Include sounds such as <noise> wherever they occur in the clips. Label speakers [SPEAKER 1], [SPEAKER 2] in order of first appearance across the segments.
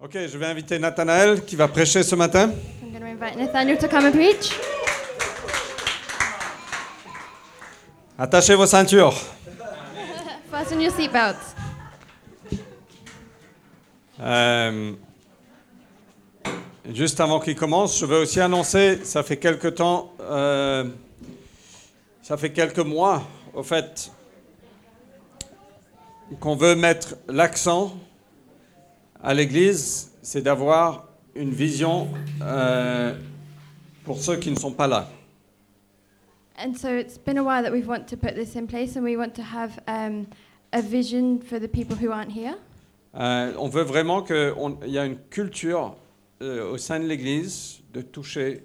[SPEAKER 1] Ok, je vais inviter Nathanaël qui va prêcher ce matin.
[SPEAKER 2] I'm going to invite Nathaniel to come and preach.
[SPEAKER 1] Attachez vos ceintures.
[SPEAKER 2] Fasten your seatbelts.
[SPEAKER 1] Euh, juste avant qu'il commence, je veux aussi annoncer, ça fait quelque temps, euh, ça fait quelques mois, au fait, qu'on veut mettre l'accent à l'Église, c'est d'avoir une vision euh, pour ceux qui ne sont pas là.
[SPEAKER 2] And so it's been a while that we've want to put this in place, and we want to have um, a vision for the people who aren't here.
[SPEAKER 1] Euh, on veut vraiment qu'il y a une culture euh, au sein de l'Église de toucher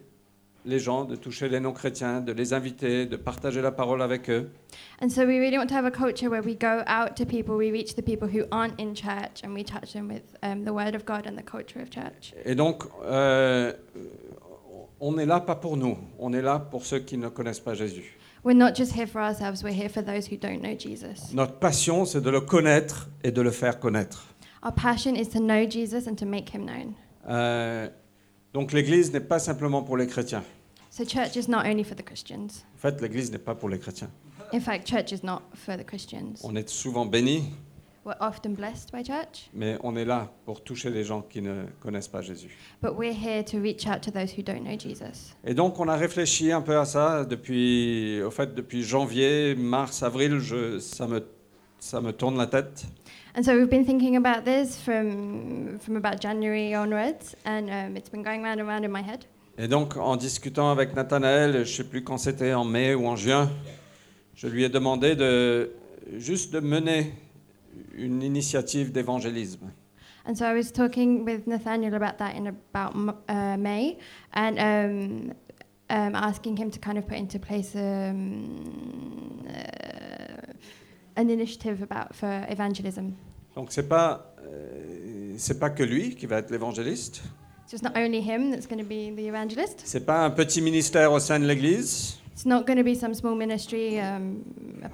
[SPEAKER 1] les gens, de toucher les non-chrétiens, de les inviter, de partager la parole avec eux.
[SPEAKER 2] And so we really want to have a culture where we go out to people, we reach the people who aren't in church, and we touch them with um, the word of God and the culture of church.
[SPEAKER 1] Et donc, euh, on n'est là pas pour nous, on est là pour ceux qui ne connaissent pas Jésus.
[SPEAKER 2] We're not just here for ourselves, we're here for those who don't know Jesus.
[SPEAKER 1] Notre passion, c'est de le connaître et de le faire connaître.
[SPEAKER 2] Our passion is to know Jesus and to make him known.
[SPEAKER 1] Euh, donc l'Église n'est pas simplement pour les chrétiens.
[SPEAKER 2] So church is not only for the Christians.
[SPEAKER 1] En fait, l'Église n'est pas pour les chrétiens.
[SPEAKER 2] In fact, church is not for the Christians.
[SPEAKER 1] On est souvent bénis,
[SPEAKER 2] We're often blessed by church,
[SPEAKER 1] mais on est là pour toucher les gens qui ne connaissent pas Jésus.
[SPEAKER 2] but we're here to reach out to those who don't know Jesus.
[SPEAKER 1] Et donc on a réfléchi un peu à ça depuis, au fait, depuis janvier, mars, avril, je- ça, me, ça me tourne la tête.
[SPEAKER 2] And so we've been thinking about this from from about January onwards, and um, it's been going round and round in my head.
[SPEAKER 1] Et donc en discutant avec Nathanaël, je ne sais plus quand c'était, en mai ou en juin, je lui ai demandé de juste de mener une initiative d'évangélisme.
[SPEAKER 2] And so I was talking with Nathaniel about that in about m- uh, May, and um, um, asking him to kind of put into place um, uh, an initiative about for evangelism.
[SPEAKER 1] Donc c'est pas euh, c'est pas que lui qui va être l'évangéliste,
[SPEAKER 2] So it's not only him that's going to be the evangelist.
[SPEAKER 1] c'est pas un petit ministère au sein de l'Église.
[SPEAKER 2] It's not going to be some small ministry um,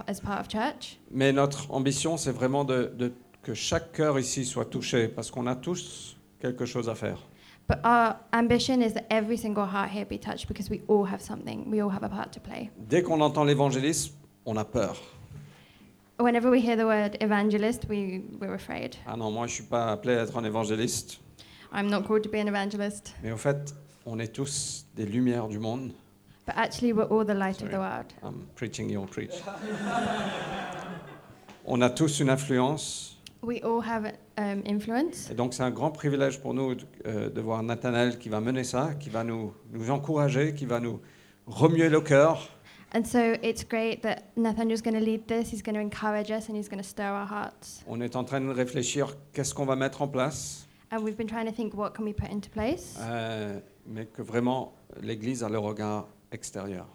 [SPEAKER 2] as part of church.
[SPEAKER 1] Mais notre ambition, c'est vraiment de, de- que chaque cœur ici soit touché, parce qu'on a tous quelque chose à faire.
[SPEAKER 2] But our ambition is that every single heart here be touched because we all have something. We all have a part to play.
[SPEAKER 1] Dès qu'on entend l'évangélisme, on a peur.
[SPEAKER 2] Whenever we hear the word evangelist, we, we're afraid.
[SPEAKER 1] Ah non, moi, je suis pas appelé à être un évangéliste.
[SPEAKER 2] I'm not called to be an evangelist,
[SPEAKER 1] Mais au fait, on est tous des lumières du monde.
[SPEAKER 2] but actually, we're all the light of the
[SPEAKER 1] Sorry.
[SPEAKER 2] world.
[SPEAKER 1] I'm preaching, you're preach. On a tous une influence.
[SPEAKER 2] We all have um, influence.
[SPEAKER 1] Et donc, c'est un grand privilège pour nous euh, de voir Nathanaël qui va mener ça, qui va nous, nous encourager, qui va nous remuer le cœur.
[SPEAKER 2] And so it's great that Nathaniel's going to lead this, he's going to encourage us, and he's going to stir our hearts.
[SPEAKER 1] On est en train de réfléchir qu'est-ce qu'on va mettre en place.
[SPEAKER 2] And we've been trying to think what can we put into place,
[SPEAKER 1] Euh, mais que vraiment l'Église a le regard extérieur.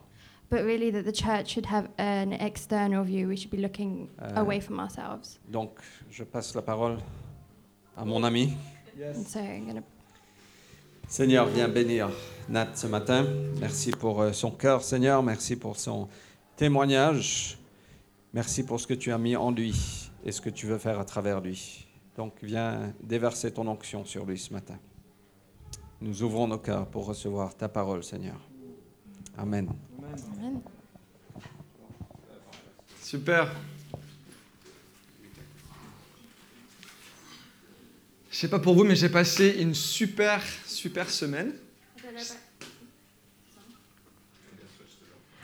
[SPEAKER 2] but really that the church should have an external view. We should be looking
[SPEAKER 1] Euh,
[SPEAKER 2] away from ourselves.
[SPEAKER 1] donc, je passe la parole à mon ami.
[SPEAKER 2] And so I'm going to
[SPEAKER 1] Seigneur, viens bénir Nat ce matin. Merci pour euh, son cœur, Seigneur. Merci pour son témoignage. Merci pour ce que tu as mis en lui et ce que tu veux faire à travers lui. Donc, viens déverser ton onction sur lui ce matin. Nous ouvrons nos cœurs pour recevoir ta parole, Seigneur. Amen.
[SPEAKER 3] Super. Je sais pas pour vous, mais j'ai passé une super, super semaine.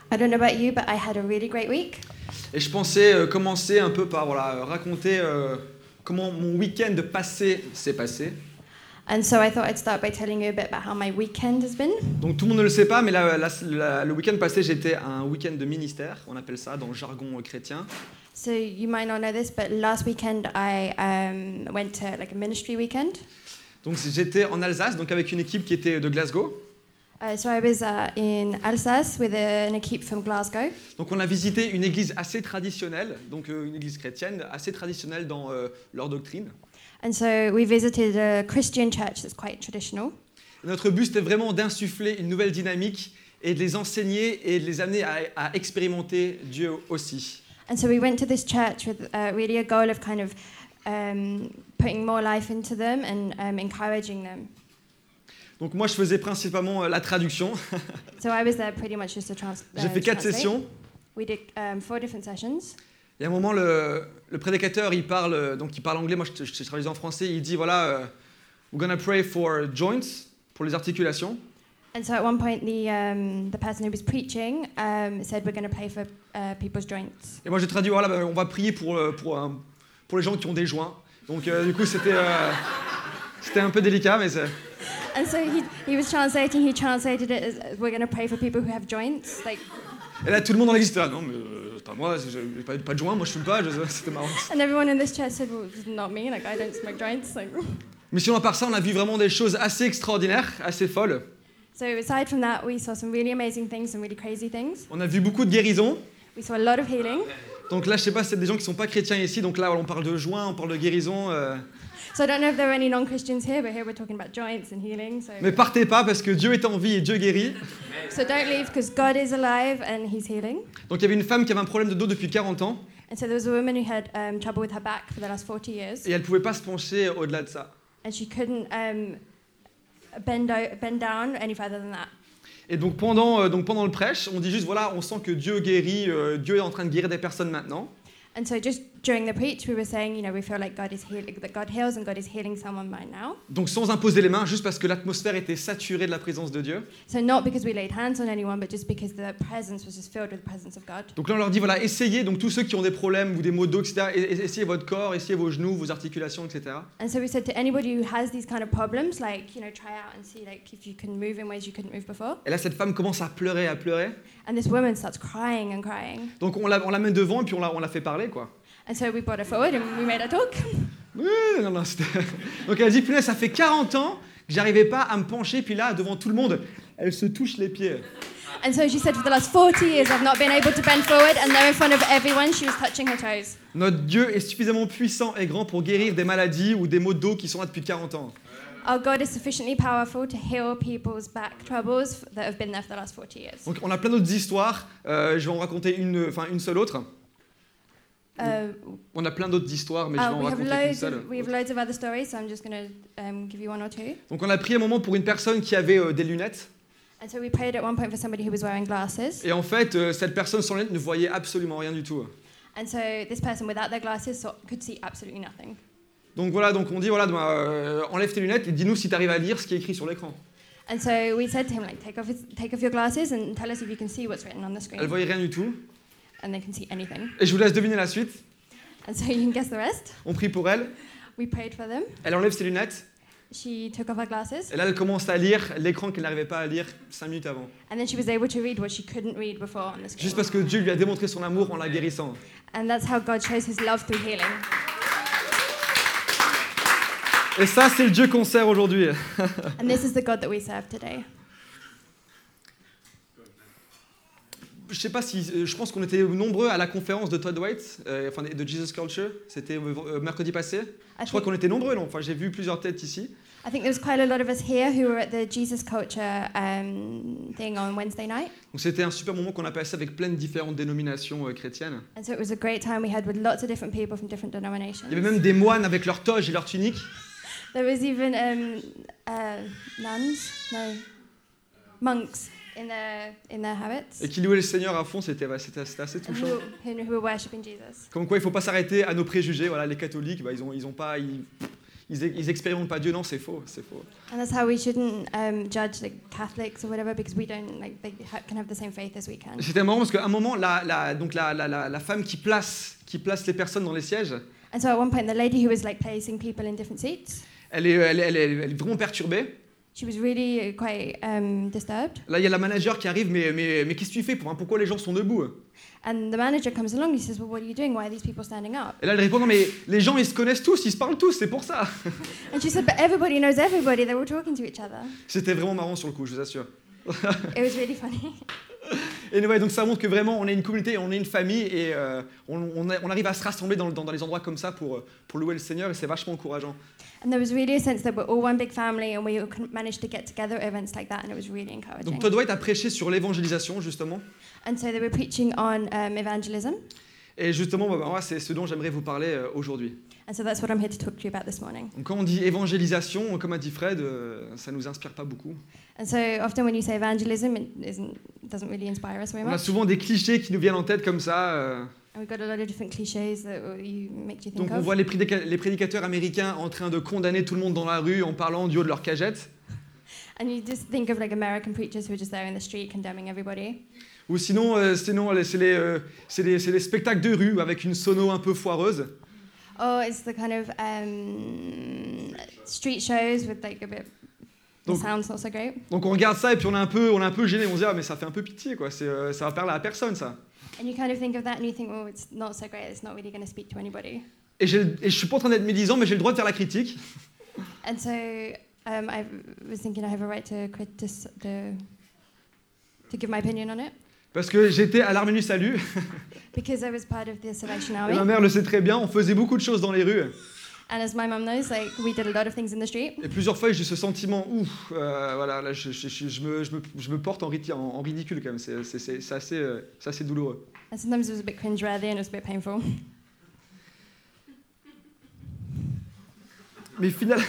[SPEAKER 2] I don't know about you, but I had a really great week.
[SPEAKER 3] Et je pensais euh, commencer un peu par voilà, euh, raconter euh, comment mon week-end passé s'est passé.
[SPEAKER 2] And so I thought I'd start by telling you a bit about how my weekend has been.
[SPEAKER 3] Donc tout le monde ne le sait pas, mais la- la- la- le week-end passé, j'étais à un week-end de ministère. On appelle ça dans le jargon euh, chrétien.
[SPEAKER 2] So you might not know this, but last weekend I um, went to like a ministry weekend.
[SPEAKER 3] Donc j'étais en Alsace, donc avec une équipe qui était de Glasgow.
[SPEAKER 2] Uh, so I was uh, in Alsace with an équipe from Glasgow.
[SPEAKER 3] Donc on a visité une église assez traditionnelle, donc euh, une église chrétienne assez traditionnelle dans euh, leur doctrine.
[SPEAKER 2] And so we visited a Christian church that's quite traditional.
[SPEAKER 3] Notre but, c'était vraiment d'insuffler une nouvelle dynamique et de les enseigner et de les amener à, à expérimenter Dieu aussi.
[SPEAKER 2] And so we went to this church with uh, really a goal of kind of um, putting more life into them and um, encouraging them.
[SPEAKER 3] Donc moi, je faisais principalement euh, la traduction.
[SPEAKER 2] So I was there pretty much just to trans- uh,
[SPEAKER 3] J'ai fait quatre
[SPEAKER 2] translate.
[SPEAKER 3] sessions.
[SPEAKER 2] We did um, four different sessions.
[SPEAKER 3] Il y a un moment, le, le prédicateur, il parle, euh, donc il parle anglais, moi je, je- je traduisais en français, il dit voilà, euh, we're gonna pray for joints, pour les articulations.
[SPEAKER 2] And so at one point, the, um, the person who was preaching um, said, We're going to pray for uh, people's joints.
[SPEAKER 3] Et moi j'ai traduit voilà, ben, on va prier pour, euh, pour, un- pour les gens qui ont des joints. Donc euh, du coup, c'était euh, c'était un peu délicat, mais c'est-
[SPEAKER 2] And so he, he was translating, he translated it as, We're going to pray for people who have joints. Like,
[SPEAKER 3] Et là, tout le monde en existe là, non, mais euh, c'est pas moi, c'est- j'ai pas, pas de joint, moi je fume pas, je- c'était marrant.
[SPEAKER 2] and everyone in this church said, Well, this is not me. Like, I don't smoke joints. Like.
[SPEAKER 3] Mais sinon, à part ça, on a vu vraiment des choses assez extraordinaires, assez folles.
[SPEAKER 2] So aside from that, we saw some really amazing things, some really crazy things.
[SPEAKER 3] On a vu beaucoup de guérisons.
[SPEAKER 2] We saw a lot of healing.
[SPEAKER 3] Donc là, je sais pas, c'est des gens qui sont pas chrétiens ici, donc là, on parle de joints, on parle de guérison. euh,
[SPEAKER 2] So I don't know if there were any non-Christians here, but here we're talking about joints and healing. So,
[SPEAKER 3] Mais partez pas parce que Dieu est en vie et Dieu guérit.
[SPEAKER 2] so don't leave because God is alive and He's healing.
[SPEAKER 3] Donc il y avait une femme qui avait un problème de dos depuis 40 ans
[SPEAKER 2] And so there was a woman who had um, trouble with her back for the last 40 years,
[SPEAKER 3] et elle pouvait pas se pencher au-delà de ça.
[SPEAKER 2] and she couldn't um, bend o- bend down any further than that.
[SPEAKER 3] Et donc pendant, euh, donc pendant le prêche, on dit juste voilà, on sent que Dieu guérit, euh, Dieu est en train de guérir des personnes maintenant.
[SPEAKER 2] And so just during the preach, we were saying, you know, we feel like God is healing, that God heals, and God is healing someone right now.
[SPEAKER 3] Donc sans imposer les mains, juste parce que l'atmosphère était saturée de la présence de Dieu.
[SPEAKER 2] So not because we laid hands on anyone, but just because the presence was just filled with the presence of God.
[SPEAKER 3] Donc là on leur dit voilà, essayez, donc tous ceux qui ont des problèmes ou des maux de dos, etc., e- e- essayez votre corps, essayez vos genoux, vos articulations, etc.
[SPEAKER 2] And so we said to anybody who has these kind of problems, like, you know, try out and see, like, if you can move in ways you couldn't move before.
[SPEAKER 3] Et là cette femme commence à pleurer, à pleurer.
[SPEAKER 2] And this woman starts crying and crying.
[SPEAKER 3] Donc on la, on la met devant et puis on la, on la fait parler quoi.
[SPEAKER 2] And so we brought her forward and we made her talk.
[SPEAKER 3] Ouais, non, non, c'était- <laughs> Donc elle dit, punaise, ça fait 40 ans que j'arrivais pas à me pencher, puis là, devant tout le monde, elle se touche les pieds.
[SPEAKER 2] And so she said, for the last 40 years, I've not been able to bend forward. And there in front of everyone, she was touching her toes.
[SPEAKER 3] Notre Dieu est suffisamment puissant et grand pour guérir des maladies ou des maux de dos qui sont là depuis 40 ans.
[SPEAKER 2] Our God is sufficiently powerful to heal people's back troubles that have been there for the last 40 years.
[SPEAKER 3] Donc on a plein d'autres histoires, euh, je vais en raconter une, enfin une seule autre.
[SPEAKER 2] Uh,
[SPEAKER 3] On a plein d'autres histoires, mais je
[SPEAKER 2] uh,
[SPEAKER 3] vais en
[SPEAKER 2] we, have
[SPEAKER 3] raconter une
[SPEAKER 2] loads
[SPEAKER 3] seule.
[SPEAKER 2] of, we have loads of other stories, so I'm just going to um, give you one or two.
[SPEAKER 3] Donc on a prié un moment pour une personne qui avait euh, des lunettes,
[SPEAKER 2] And so we prayed at one point for somebody who was wearing glasses.
[SPEAKER 3] et en fait, euh, cette personne sans lunettes ne voyait absolument rien du tout.
[SPEAKER 2] And so this person without their glasses saw, could see absolutely nothing.
[SPEAKER 3] Donc voilà, donc on dit, voilà, bah, euh, enlève tes lunettes et dis-nous si tu arrives à lire ce qui est écrit sur l'écran.
[SPEAKER 2] And so we said to him, like, take off, his, take off your glasses and tell us if you can see what's written on the
[SPEAKER 3] Elle
[SPEAKER 2] screen.
[SPEAKER 3] voyait rien du tout.
[SPEAKER 2] And they can see anything.
[SPEAKER 3] Et je vous laisse deviner la suite.
[SPEAKER 2] And so <laughs> you can guess the rest.
[SPEAKER 3] On prie pour elle,
[SPEAKER 2] We prayed for them.
[SPEAKER 3] elle enlève ses lunettes,
[SPEAKER 2] She took off her glasses.
[SPEAKER 3] et là elle commence à lire l'écran qu'elle n'arrivait pas à lire 5 minutes avant.
[SPEAKER 2] And then she was able to read what she couldn't read before on the screen.
[SPEAKER 3] Juste parce que Dieu lui a démontré son amour en la guérissant.
[SPEAKER 2] And that's how God shows his love through healing.
[SPEAKER 3] Et ça, c'est le Dieu qu'on sert aujourd'hui.
[SPEAKER 2] And this is the God that we serve today.
[SPEAKER 3] Je sais pas si. euh, Je pense qu'on était nombreux à la conférence de Todd White, euh, enfin de Jesus Culture. C'était euh, euh, mercredi passé.
[SPEAKER 2] I
[SPEAKER 3] Je crois
[SPEAKER 2] think,
[SPEAKER 3] qu'on était nombreux, non Enfin, j'ai vu plusieurs têtes ici.
[SPEAKER 2] I think there was quite a lot of us here who were at the Jesus Culture um, thing on Wednesday night.
[SPEAKER 3] Donc c'était un super moment qu'on a passé avec plein de différentes dénominations euh, chrétiennes.
[SPEAKER 2] And so it was a great time we had with lots of different people from different
[SPEAKER 3] Il
[SPEAKER 2] denominations.
[SPEAKER 3] y avait même des moines avec leurs toges et leurs tuniques.
[SPEAKER 2] There was even um, uh, nuns, no, monks in their in their habits
[SPEAKER 3] Et qui louaient le Seigneur à fond, c'était bah, c'était- c'était assez
[SPEAKER 2] and
[SPEAKER 3] touchant.
[SPEAKER 2] who, who who were worshiping Jesus.
[SPEAKER 3] Comme quoi, il ne faut pas s'arrêter à nos préjugés. Voilà, les catholiques, bah, ils ont, ils ont pas, ils, ils, ils expérimentent pas Dieu. Non, c'est faux, c'est faux.
[SPEAKER 2] And that's how we shouldn't um, judge like Catholics or whatever because we don't like they ha- can have the same faith as we can.
[SPEAKER 3] C'était marrant parce qu'à un moment, la, la- donc la, la- la- la femme qui place, qui place les personnes dans les sièges,
[SPEAKER 2] And so at one point, the lady who was like placing people in different seats,
[SPEAKER 3] elle est, elle, est- elle est- elle est vraiment perturbée.
[SPEAKER 2] she was really quite um, disturbed.
[SPEAKER 3] Là, il y a la manager qui arrive, mais, mais, mais qu'est-ce que tu fais pour, hein Pourquoi les gens sont debout
[SPEAKER 2] And the manager comes along. and He says, "Well, what are you doing? Why are these people standing up?"
[SPEAKER 3] Et là, elle répond, non, mais les gens, ils se connaissent tous, ils se parlent tous, c'est pour ça.
[SPEAKER 2] And she said, "But everybody knows everybody. They're all talking to each other." <laughs>
[SPEAKER 3] C'était vraiment marrant sur le coup, je vous assure.
[SPEAKER 2] It was really funny. <laughs>
[SPEAKER 3] Et ouais, donc ça montre que vraiment, on est une communauté, on est une famille, et euh, on, on a- on arrive à se rassembler dans, dans- dans les endroits comme ça pour, euh, pour louer le Seigneur, et c'est vachement encourageant.
[SPEAKER 2] And there was really a sense that we're all one big family and we all can- managed to get together at events like that, and it was really encouraging.
[SPEAKER 3] Donc Todd White a prêché sur l'évangélisation justement,
[SPEAKER 2] And so they were preaching on um, evangelism.
[SPEAKER 3] Et justement, bah, bah, moi, c'est ce dont j'aimerais vous parler euh, aujourd'hui.
[SPEAKER 2] And so that's what I'm here to talk to you about this morning.
[SPEAKER 3] Donc, Quand on dit évangélisation, comme a dit Fred, euh, ça nous inspire pas beaucoup.
[SPEAKER 2] And so often when you say evangelism, it isn't, doesn't really inspire us very
[SPEAKER 3] On a
[SPEAKER 2] much.
[SPEAKER 3] souvent des clichés qui nous viennent en tête comme ça. euh,
[SPEAKER 2] And we've got a lot of different cliches that uh, you make you think
[SPEAKER 3] Donc on
[SPEAKER 2] of.
[SPEAKER 3] voit les, prédica- les prédicateurs américains en train de condamner tout le monde dans la rue en parlant du haut de leur cagette.
[SPEAKER 2] And you just think of like American preachers who are just there in the street condemning everybody.
[SPEAKER 3] Ou sinon, euh, sinon, les- c'est les, euh, c'est les- c'est les spectacles de rue avec une sono un peu foireuse.
[SPEAKER 2] Or Oh, it's the kind of um, street shows with like a bit. The
[SPEAKER 3] Donc-
[SPEAKER 2] sound's not so great.
[SPEAKER 3] Donc on regarde ça et puis on est un peu, on est un peu gêné. On se dit ah mais ça fait un peu pitié quoi. C'est, euh, ça va parler à personne ça.
[SPEAKER 2] And you kind of think of that and you think, well, it's not so great. It's not really going to speak to anybody.
[SPEAKER 3] Et, j'ai- et je suis pas en train d'être médisant, mais j'ai le droit de faire la critique.
[SPEAKER 2] And so um, I was thinking I have a right to critis- the, to give my opinion on it
[SPEAKER 3] Parce que j'étais à l'armée du salut,
[SPEAKER 2] because I was part of the Salvation
[SPEAKER 3] et ma
[SPEAKER 2] Army.
[SPEAKER 3] mère le sait très bien, on faisait beaucoup de choses dans les rues.
[SPEAKER 2] And as my mum knows, like we did a lot of things in the street.
[SPEAKER 3] Et plusieurs fois, j'ai eu ce sentiment, ouf, euh, voilà, là, je, je- je- je me, je me- je me porte en, riti- en- en ridicule quand même, c'est c'est- c'est- c'est assez, euh, c'est assez douloureux.
[SPEAKER 2] And sometimes it was a bit cringeworthy and it was a bit painful.
[SPEAKER 3] Mais final...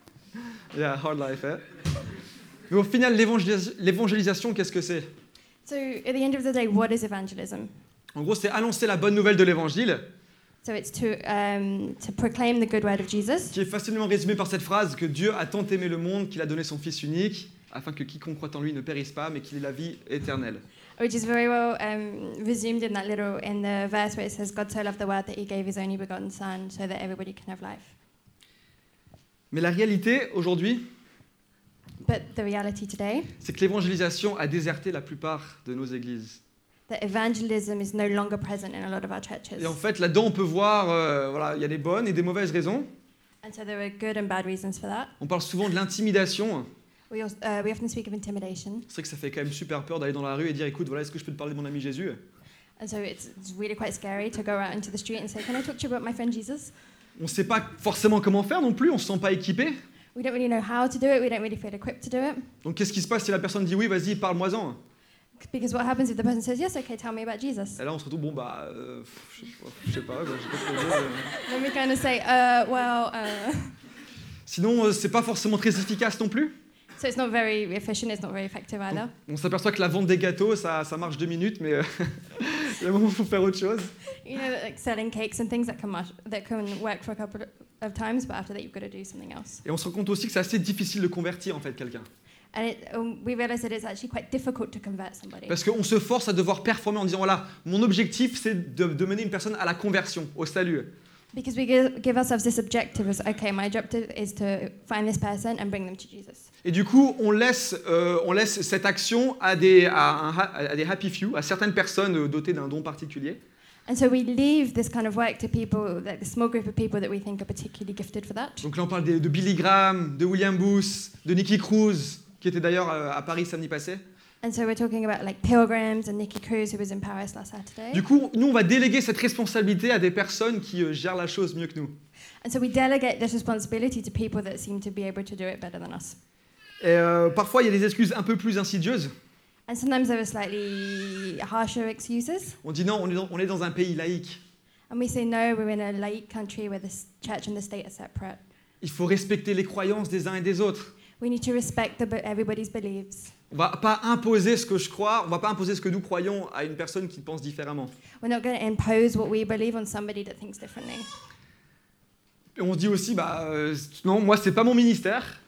[SPEAKER 3] <laughs> yeah, hard life, hein. Mais au final, l'évangélis- l'évangélisation, qu'est-ce que c'est
[SPEAKER 2] So at the end of the day, what is evangelism?
[SPEAKER 3] En gros, c'est annoncer la bonne nouvelle de l'évangile,
[SPEAKER 2] So it's to um, to proclaim the good word of Jesus,
[SPEAKER 3] qui est facilement résumée par cette phrase que Dieu a tant aimé le monde qu'il a donné son Fils unique, afin que quiconque croit en lui ne périsse pas, mais qu'il ait la vie éternelle.
[SPEAKER 2] which is very well um, resumed in that little in the verse where it says, "God so loved the world that He gave His only begotten Son, so that everybody can have life."
[SPEAKER 3] Mais la réalité, aujourd'hui,
[SPEAKER 2] But the reality today,
[SPEAKER 3] c'est que l'évangélisation a déserté la plupart de nos églises.
[SPEAKER 2] that evangelism is no longer present in a lot of our churches,
[SPEAKER 3] Et en fait, là-dedans, on peut voir, euh, voilà, il y a des bonnes et des mauvaises raisons.
[SPEAKER 2] and so there are good and bad reasons for that.
[SPEAKER 3] On parle souvent de l'intimidation.
[SPEAKER 2] We also, uh, we often speak of intimidation,
[SPEAKER 3] C'est vrai que ça fait quand même super peur d'aller dans la rue et dire, écoute, voilà, est-ce que je peux te parler de mon ami Jésus
[SPEAKER 2] and so it's, it's really quite scary to go out into the street and say, "Can I talk to you about my friend Jesus?"
[SPEAKER 3] On ne sait pas forcément comment faire non plus, on se sent pas équipé.
[SPEAKER 2] We don't really know how to do it. We don't really feel equipped to do it.
[SPEAKER 3] Donc qu'est-ce qui se passe si la personne dit oui, vas-y, parle-moi-en
[SPEAKER 2] Because what happens if the person says, Yes, okay, tell me about Jesus?
[SPEAKER 3] Et là, on se retrouve, bon, bah, euh, pff, je sais pas, je sais pas, quoi, je sais pas trop dire, euh.
[SPEAKER 2] Then we kind of say, uh, Well, uh. <laughs>
[SPEAKER 3] Sinon, euh, c'est pas forcément très efficace non plus.
[SPEAKER 2] so it's not very efficient, it's not very effective either.
[SPEAKER 3] On s'aperçoit que la vente des gâteaux, ça, ça marche deux minutes, mais euh, <laughs> il y a un moment où il faut faire autre chose.
[SPEAKER 2] You know, like selling cakes and things that can, mush, that can work for a couple of times, but after that, you've got to do something else.
[SPEAKER 3] Et on se rend compte aussi que c'est assez difficile de convertir en fait quelqu'un.
[SPEAKER 2] And it, um, we realize that it's actually quite difficult to convert somebody.
[SPEAKER 3] Parce qu'on se force à devoir performer en disant voilà, mon objectif c'est de, de mener une personne à la conversion, au salut.
[SPEAKER 2] Because we give, give ourselves this objective as, okay, my objective is to find this person and bring them to Jesus.
[SPEAKER 3] Et du coup, on laisse, euh, on laisse cette action à des, à, un ha- à des happy few, à certaines personnes euh, dotées d'un don particulier.
[SPEAKER 2] And so we leave this kind of work to people, like the small group of people that we think are particularly gifted for that.
[SPEAKER 3] Donc là, on parle des- de Billy Graham, de William Booth, de Nicky Cruz, qui était d'ailleurs euh, à Paris samedi passé.
[SPEAKER 2] And so we're talking about like pilgrims and Nikki Cruz, who was in Paris last Saturday.
[SPEAKER 3] Du coup, nous, on va déléguer cette responsabilité à des personnes qui euh, gèrent la chose mieux que nous.
[SPEAKER 2] And so we delegate this responsibility to people that seem to be able to do it better than us.
[SPEAKER 3] Et euh, parfois, il y a des excuses un peu plus insidieuses.
[SPEAKER 2] And sometimes there are slightly harsher excuses.
[SPEAKER 3] On dit non, on est dans- on est dans un pays laïque.
[SPEAKER 2] And we say, no, we're in a late country where the s- church and the state are separate.
[SPEAKER 3] Il faut respecter les croyances des uns et des autres.
[SPEAKER 2] We need to respect the, be- everybody's beliefs.
[SPEAKER 3] On va pas imposer ce que je crois, on va pas imposer ce que nous croyons à une personne qui pense différemment.
[SPEAKER 2] We're not going to impose what we believe on somebody that thinks differently.
[SPEAKER 3] Et on se dit aussi, bah euh, non, moi c'est pas mon ministère.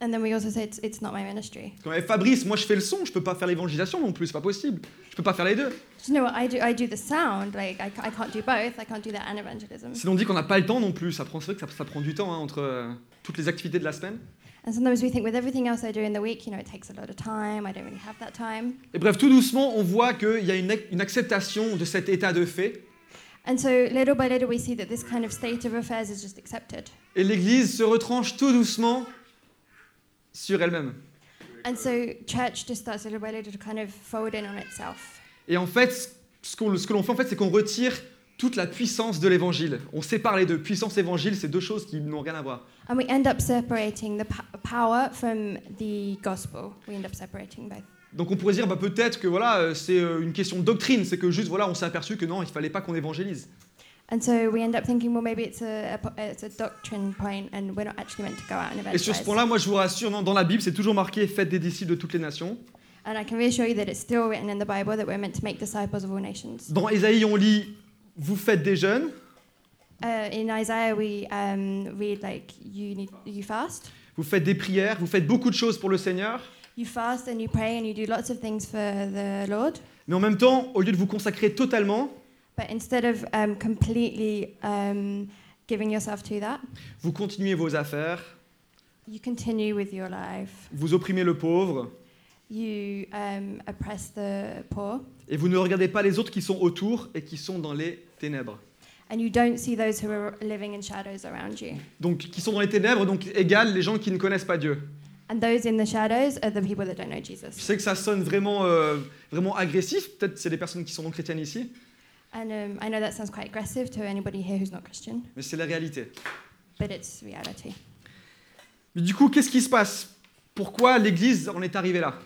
[SPEAKER 2] And then we also say, it's, it's not my ministry.
[SPEAKER 3] Quand même, Fabrice, moi je fais le son, je peux pas faire l'évangélisation non plus, c'est pas possible. Je peux pas faire les deux.
[SPEAKER 2] Do you know what I do? I do the sound. Like, I, ca- I can't do both. I can't do that and evangelism.
[SPEAKER 3] Sinon on dit qu'on n'a pas le temps non plus, ça prend, c'est vrai que ça, ça prend du temps hein, entre euh, toutes les activités de la semaine.
[SPEAKER 2] And sometimes we think with everything else I do in the week, you know, it takes a lot of time. I don't really have that time.
[SPEAKER 3] Et bref, tout doucement, on voit qu'il y a une, ac- une acceptation de cet état de fait.
[SPEAKER 2] And so little by little, we see that this kind of state of affairs is just accepted.
[SPEAKER 3] Et l'Église se retranche tout doucement sur elle-même.
[SPEAKER 2] And so church just starts little by little to kind of fold in on itself.
[SPEAKER 3] Et en fait, ce, qu'on- ce que l'on fait, en fait, c'est qu'on retire toute la puissance de l'évangile. On sépare les deux. Puissance, évangile, c'est deux choses qui n'ont rien à voir.
[SPEAKER 2] And we end up separating the po- power from the gospel. We end up separating both.
[SPEAKER 3] Donc on pourrait dire bah, peut-être que voilà, euh, c'est euh, une question de doctrine, c'est que juste voilà, on s'est aperçu que non, il fallait pas qu'on évangélise.
[SPEAKER 2] And so we end up thinking, well, maybe it's a, a po- it's a doctrine point, and we're not actually meant to go out and
[SPEAKER 3] Et sur ce
[SPEAKER 2] evangelize.
[SPEAKER 3] point-là, moi je vous rassure, non, dans la Bible, c'est toujours marqué faites des disciples de toutes les nations.
[SPEAKER 2] And I can reassure you that it's still written in the Bible that we're meant to make disciples of all nations.
[SPEAKER 3] Dans Ésaïe, on lit vous faites des jeunes.
[SPEAKER 2] Uh, in Isaiah, we um, read like you need you fast,
[SPEAKER 3] Vous faites des prières, vous faites beaucoup de choses pour le Seigneur,
[SPEAKER 2] you fast and you pray and you do lots of things for the Lord.
[SPEAKER 3] mais en même temps, au lieu de vous consacrer totalement,
[SPEAKER 2] But instead of um, completely um, giving yourself to that,
[SPEAKER 3] vous continuez vos affaires,
[SPEAKER 2] you continue with your life.
[SPEAKER 3] vous opprimez le pauvre,
[SPEAKER 2] You um, oppress the poor,
[SPEAKER 3] et vous ne regardez pas les autres qui sont autour et qui sont dans les ténèbres.
[SPEAKER 2] and you don't see those who are living in shadows around you.
[SPEAKER 3] Donc, qui sont dans les ténèbres, donc égale les gens qui ne connaissent pas Dieu.
[SPEAKER 2] And those in the shadows are the people that don't know
[SPEAKER 3] Je
[SPEAKER 2] Jesus.
[SPEAKER 3] sais que ça sonne vraiment, euh, vraiment agressif, peut-être c'est des personnes qui sont non chrétiennes ici,
[SPEAKER 2] And um, I know that sounds quite aggressive to anybody here who's not Christian,
[SPEAKER 3] mais c'est la réalité.
[SPEAKER 2] but it's reality.
[SPEAKER 3] Mais du coup, qu'est-ce qui se passe Pourquoi l'Église en est arrivée là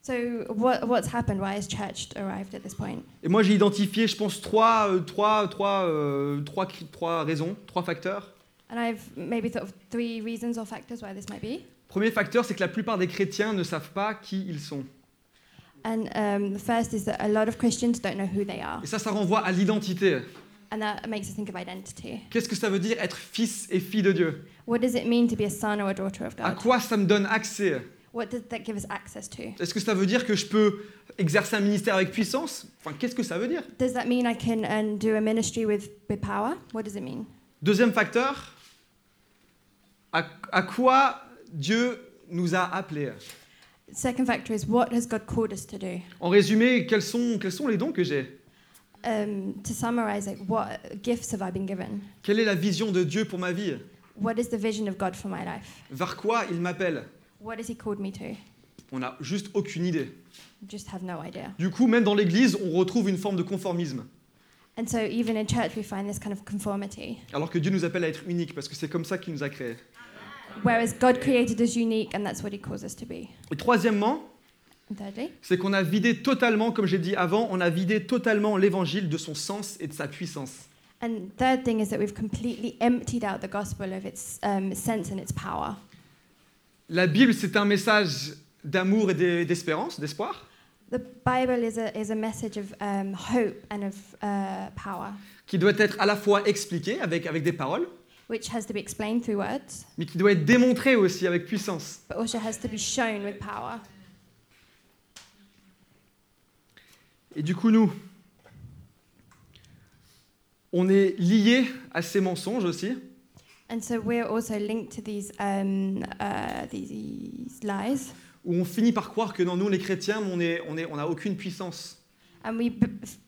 [SPEAKER 2] So what, what's happened? Why has church arrived at this point?
[SPEAKER 3] Et moi, j'ai identifié, je pense, trois, euh, trois, trois, euh, trois, cri- trois raisons, trois facteurs.
[SPEAKER 2] And I've maybe thought of three reasons or factors why this might be.
[SPEAKER 3] Premier facteur, c'est que la plupart des chrétiens ne savent pas qui ils sont.
[SPEAKER 2] And um, the first is that a lot of Christians don't know who they are,
[SPEAKER 3] Et ça, ça renvoie à l'identité.
[SPEAKER 2] and that makes us think of identity.
[SPEAKER 3] Qu'est-ce que ça veut dire être fils et fille de Dieu
[SPEAKER 2] What does it mean to be a son or a daughter of
[SPEAKER 3] À
[SPEAKER 2] God?
[SPEAKER 3] quoi ça me donne accès
[SPEAKER 2] What does that give us access to?
[SPEAKER 3] Est-ce que ça veut dire que je peux exercer un ministère avec puissance Enfin, qu'est-ce que ça veut dire
[SPEAKER 2] Does that mean I can um, do a ministry with, with power? What does it mean?
[SPEAKER 3] Deuxième facteur, à, à quoi Dieu nous a appelés
[SPEAKER 2] Second factor is what has God called us to do?
[SPEAKER 3] En résumé, quels sont, quels sont les dons que j'ai
[SPEAKER 2] Um, to summarize, like what gifts have I been given?
[SPEAKER 3] Quelle est la vision de Dieu pour ma vie
[SPEAKER 2] What is the vision of God for my life?
[SPEAKER 3] Vers quoi il m'appelle
[SPEAKER 2] What has He called me to?
[SPEAKER 3] On n'a juste aucune idée.
[SPEAKER 2] Just have no idea.
[SPEAKER 3] Du coup, même dans l'Église, on retrouve une forme de conformisme.
[SPEAKER 2] And so, even in church, we find this kind of conformity.
[SPEAKER 3] Alors que Dieu nous appelle à être unique, parce que c'est comme ça qu'il nous a créés.
[SPEAKER 2] Whereas God created us unique, and that's what He calls us to be.
[SPEAKER 3] Et troisièmement,
[SPEAKER 2] And thirdly,
[SPEAKER 3] c'est qu'on a vidé totalement, comme j'ai dit avant, on a vidé totalement l'évangile de son sens et de sa puissance.
[SPEAKER 2] and third thing is that we've completely emptied out the gospel of its um, sense and its power.
[SPEAKER 3] La Bible, c'est un message d'amour et d'e- d'espérance, d'espoir,
[SPEAKER 2] The Bible is a, is a message of um, hope and of uh, power,
[SPEAKER 3] qui doit être à la fois expliqué avec, avec des paroles,
[SPEAKER 2] which has to be explained through words,
[SPEAKER 3] mais qui doit être démontré aussi avec puissance.
[SPEAKER 2] but also has to be shown with power.
[SPEAKER 3] Et du coup, nous, on est liés à ces mensonges aussi,
[SPEAKER 2] And so we're also linked to these um, uh, these lies,
[SPEAKER 3] où on finit par croire que non, nous, les chrétiens, on n'a on est, on a aucune puissance.
[SPEAKER 2] and we b-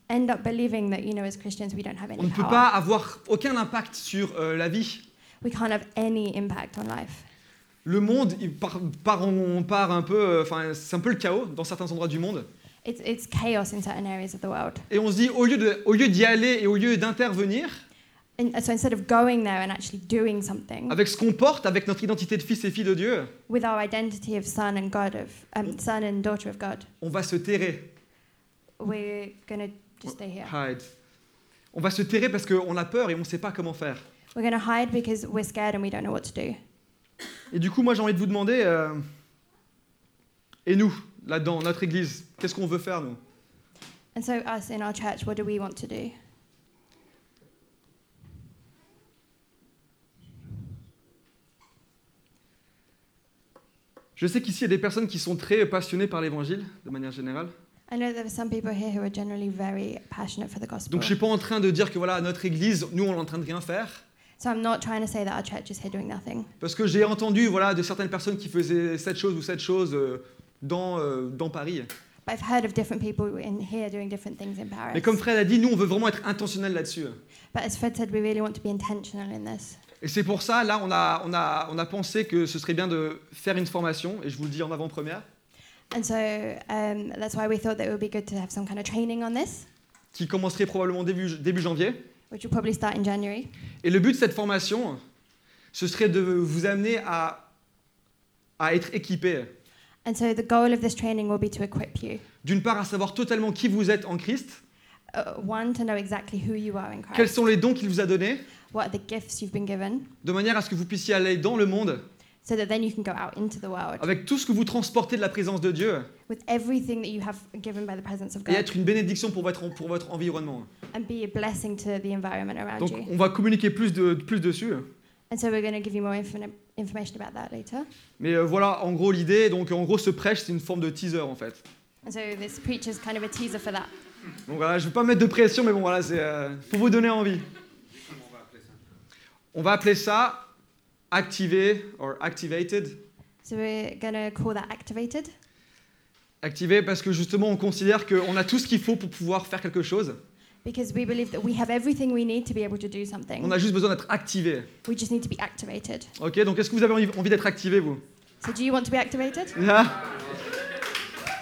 [SPEAKER 2] end up believing that you know as Christians we don't have
[SPEAKER 3] On ne
[SPEAKER 2] any
[SPEAKER 3] peut
[SPEAKER 2] power.
[SPEAKER 3] pas avoir aucun impact sur euh, la vie.
[SPEAKER 2] We can't have any impact on life.
[SPEAKER 3] Le monde, il part, part en- on part un peu, euh, enfin, c'est un peu le chaos dans certains endroits du monde.
[SPEAKER 2] It's it's chaos in certain areas of the world.
[SPEAKER 3] Et on se dit, au lieu de- au lieu d'y aller et au lieu d'intervenir,
[SPEAKER 2] And so instead of going there and actually doing something
[SPEAKER 3] avec ce qu'on porte, avec notre identité de fils et fille de Dieu,
[SPEAKER 2] with our identity of son and God of um, son and daughter of God,
[SPEAKER 3] on va se terrer.
[SPEAKER 2] we're gonna just stay here.
[SPEAKER 3] Hide. On va se terrer parce qu'on a peur et on ne sait pas comment faire.
[SPEAKER 2] We're gonna hide because we're scared and we don't know what to do.
[SPEAKER 3] Et du coup, moi, j'ai envie de vous demander, euh, et nous, là-dedans, notre église, qu'est-ce qu'on veut faire, nous
[SPEAKER 2] And so us in our church, what do we want to do?
[SPEAKER 3] Je sais qu'ici, il y a des personnes qui sont très passionnées par l'évangile, de manière générale.
[SPEAKER 2] I know there are some people here who are generally very passionate for the gospel.
[SPEAKER 3] Donc, je ne suis pas en train de dire que, voilà, notre église, nous, on est en train de rien faire.
[SPEAKER 2] So I'm not trying to say that our church is here doing nothing.
[SPEAKER 3] Parce que j'ai entendu voilà, de certaines personnes qui faisaient cette chose ou cette chose euh, dans, euh, dans Paris.
[SPEAKER 2] But I've heard of different people in here doing different things in Paris.
[SPEAKER 3] Mais comme Fred a dit, nous, on veut vraiment être intentionnel là-dessus.
[SPEAKER 2] But as Fred said, we really want to be intentional in this.
[SPEAKER 3] Et c'est pour ça, là, on a, on, a, on a pensé que ce serait bien de faire une formation, et je vous le dis en avant-première,
[SPEAKER 2] And so um, that's why we thought that it would be good to have some kind of training on this,
[SPEAKER 3] qui commencerait probablement début, début janvier.
[SPEAKER 2] which will probably start in January.
[SPEAKER 3] Et le but de cette formation, ce serait de vous amener à, à être équipé.
[SPEAKER 2] And And so the goal of this training will be to equip you.
[SPEAKER 3] D'une part, à savoir totalement qui vous êtes en Christ,
[SPEAKER 2] Uh, one, to know exactly who you are in
[SPEAKER 3] quels
[SPEAKER 2] Christ,
[SPEAKER 3] sont les dons qu'il vous a donnés,
[SPEAKER 2] what are the gifts you've been given,
[SPEAKER 3] de manière à ce que vous puissiez aller dans le monde
[SPEAKER 2] so that then you can go out into the world
[SPEAKER 3] avec tout ce que vous transportez de la présence de Dieu
[SPEAKER 2] with everything that you have given by the presence of
[SPEAKER 3] et
[SPEAKER 2] God
[SPEAKER 3] être une bénédiction pour votre, pour votre environnement.
[SPEAKER 2] and be a blessing to the environment around
[SPEAKER 3] Donc,
[SPEAKER 2] you.
[SPEAKER 3] on va communiquer plus, de, plus dessus.
[SPEAKER 2] And so we're going to give you more infin- information about that later.
[SPEAKER 3] Mais euh, voilà, en gros, l'idée. Donc, en gros, ce prêche, c'est une forme de teaser, en fait.
[SPEAKER 2] And so this preacher's kind of a teaser for that.
[SPEAKER 3] Donc voilà, je ne veux pas mettre de pression, mais bon, voilà, c'est euh, pour vous donner envie. On va appeler ça activé or activated.
[SPEAKER 2] So we're going to call that activated
[SPEAKER 3] Activé parce que justement, on considère qu'on a tout ce qu'il faut pour pouvoir faire quelque chose.
[SPEAKER 2] because we believe that we have everything we need to be able to do
[SPEAKER 3] On
[SPEAKER 2] something.
[SPEAKER 3] a juste besoin d'être activé.
[SPEAKER 2] We just need to be activated.
[SPEAKER 3] Ok, donc est-ce que vous avez envie, envie d'être activé, vous
[SPEAKER 2] So do you want to be activated?
[SPEAKER 3] Hein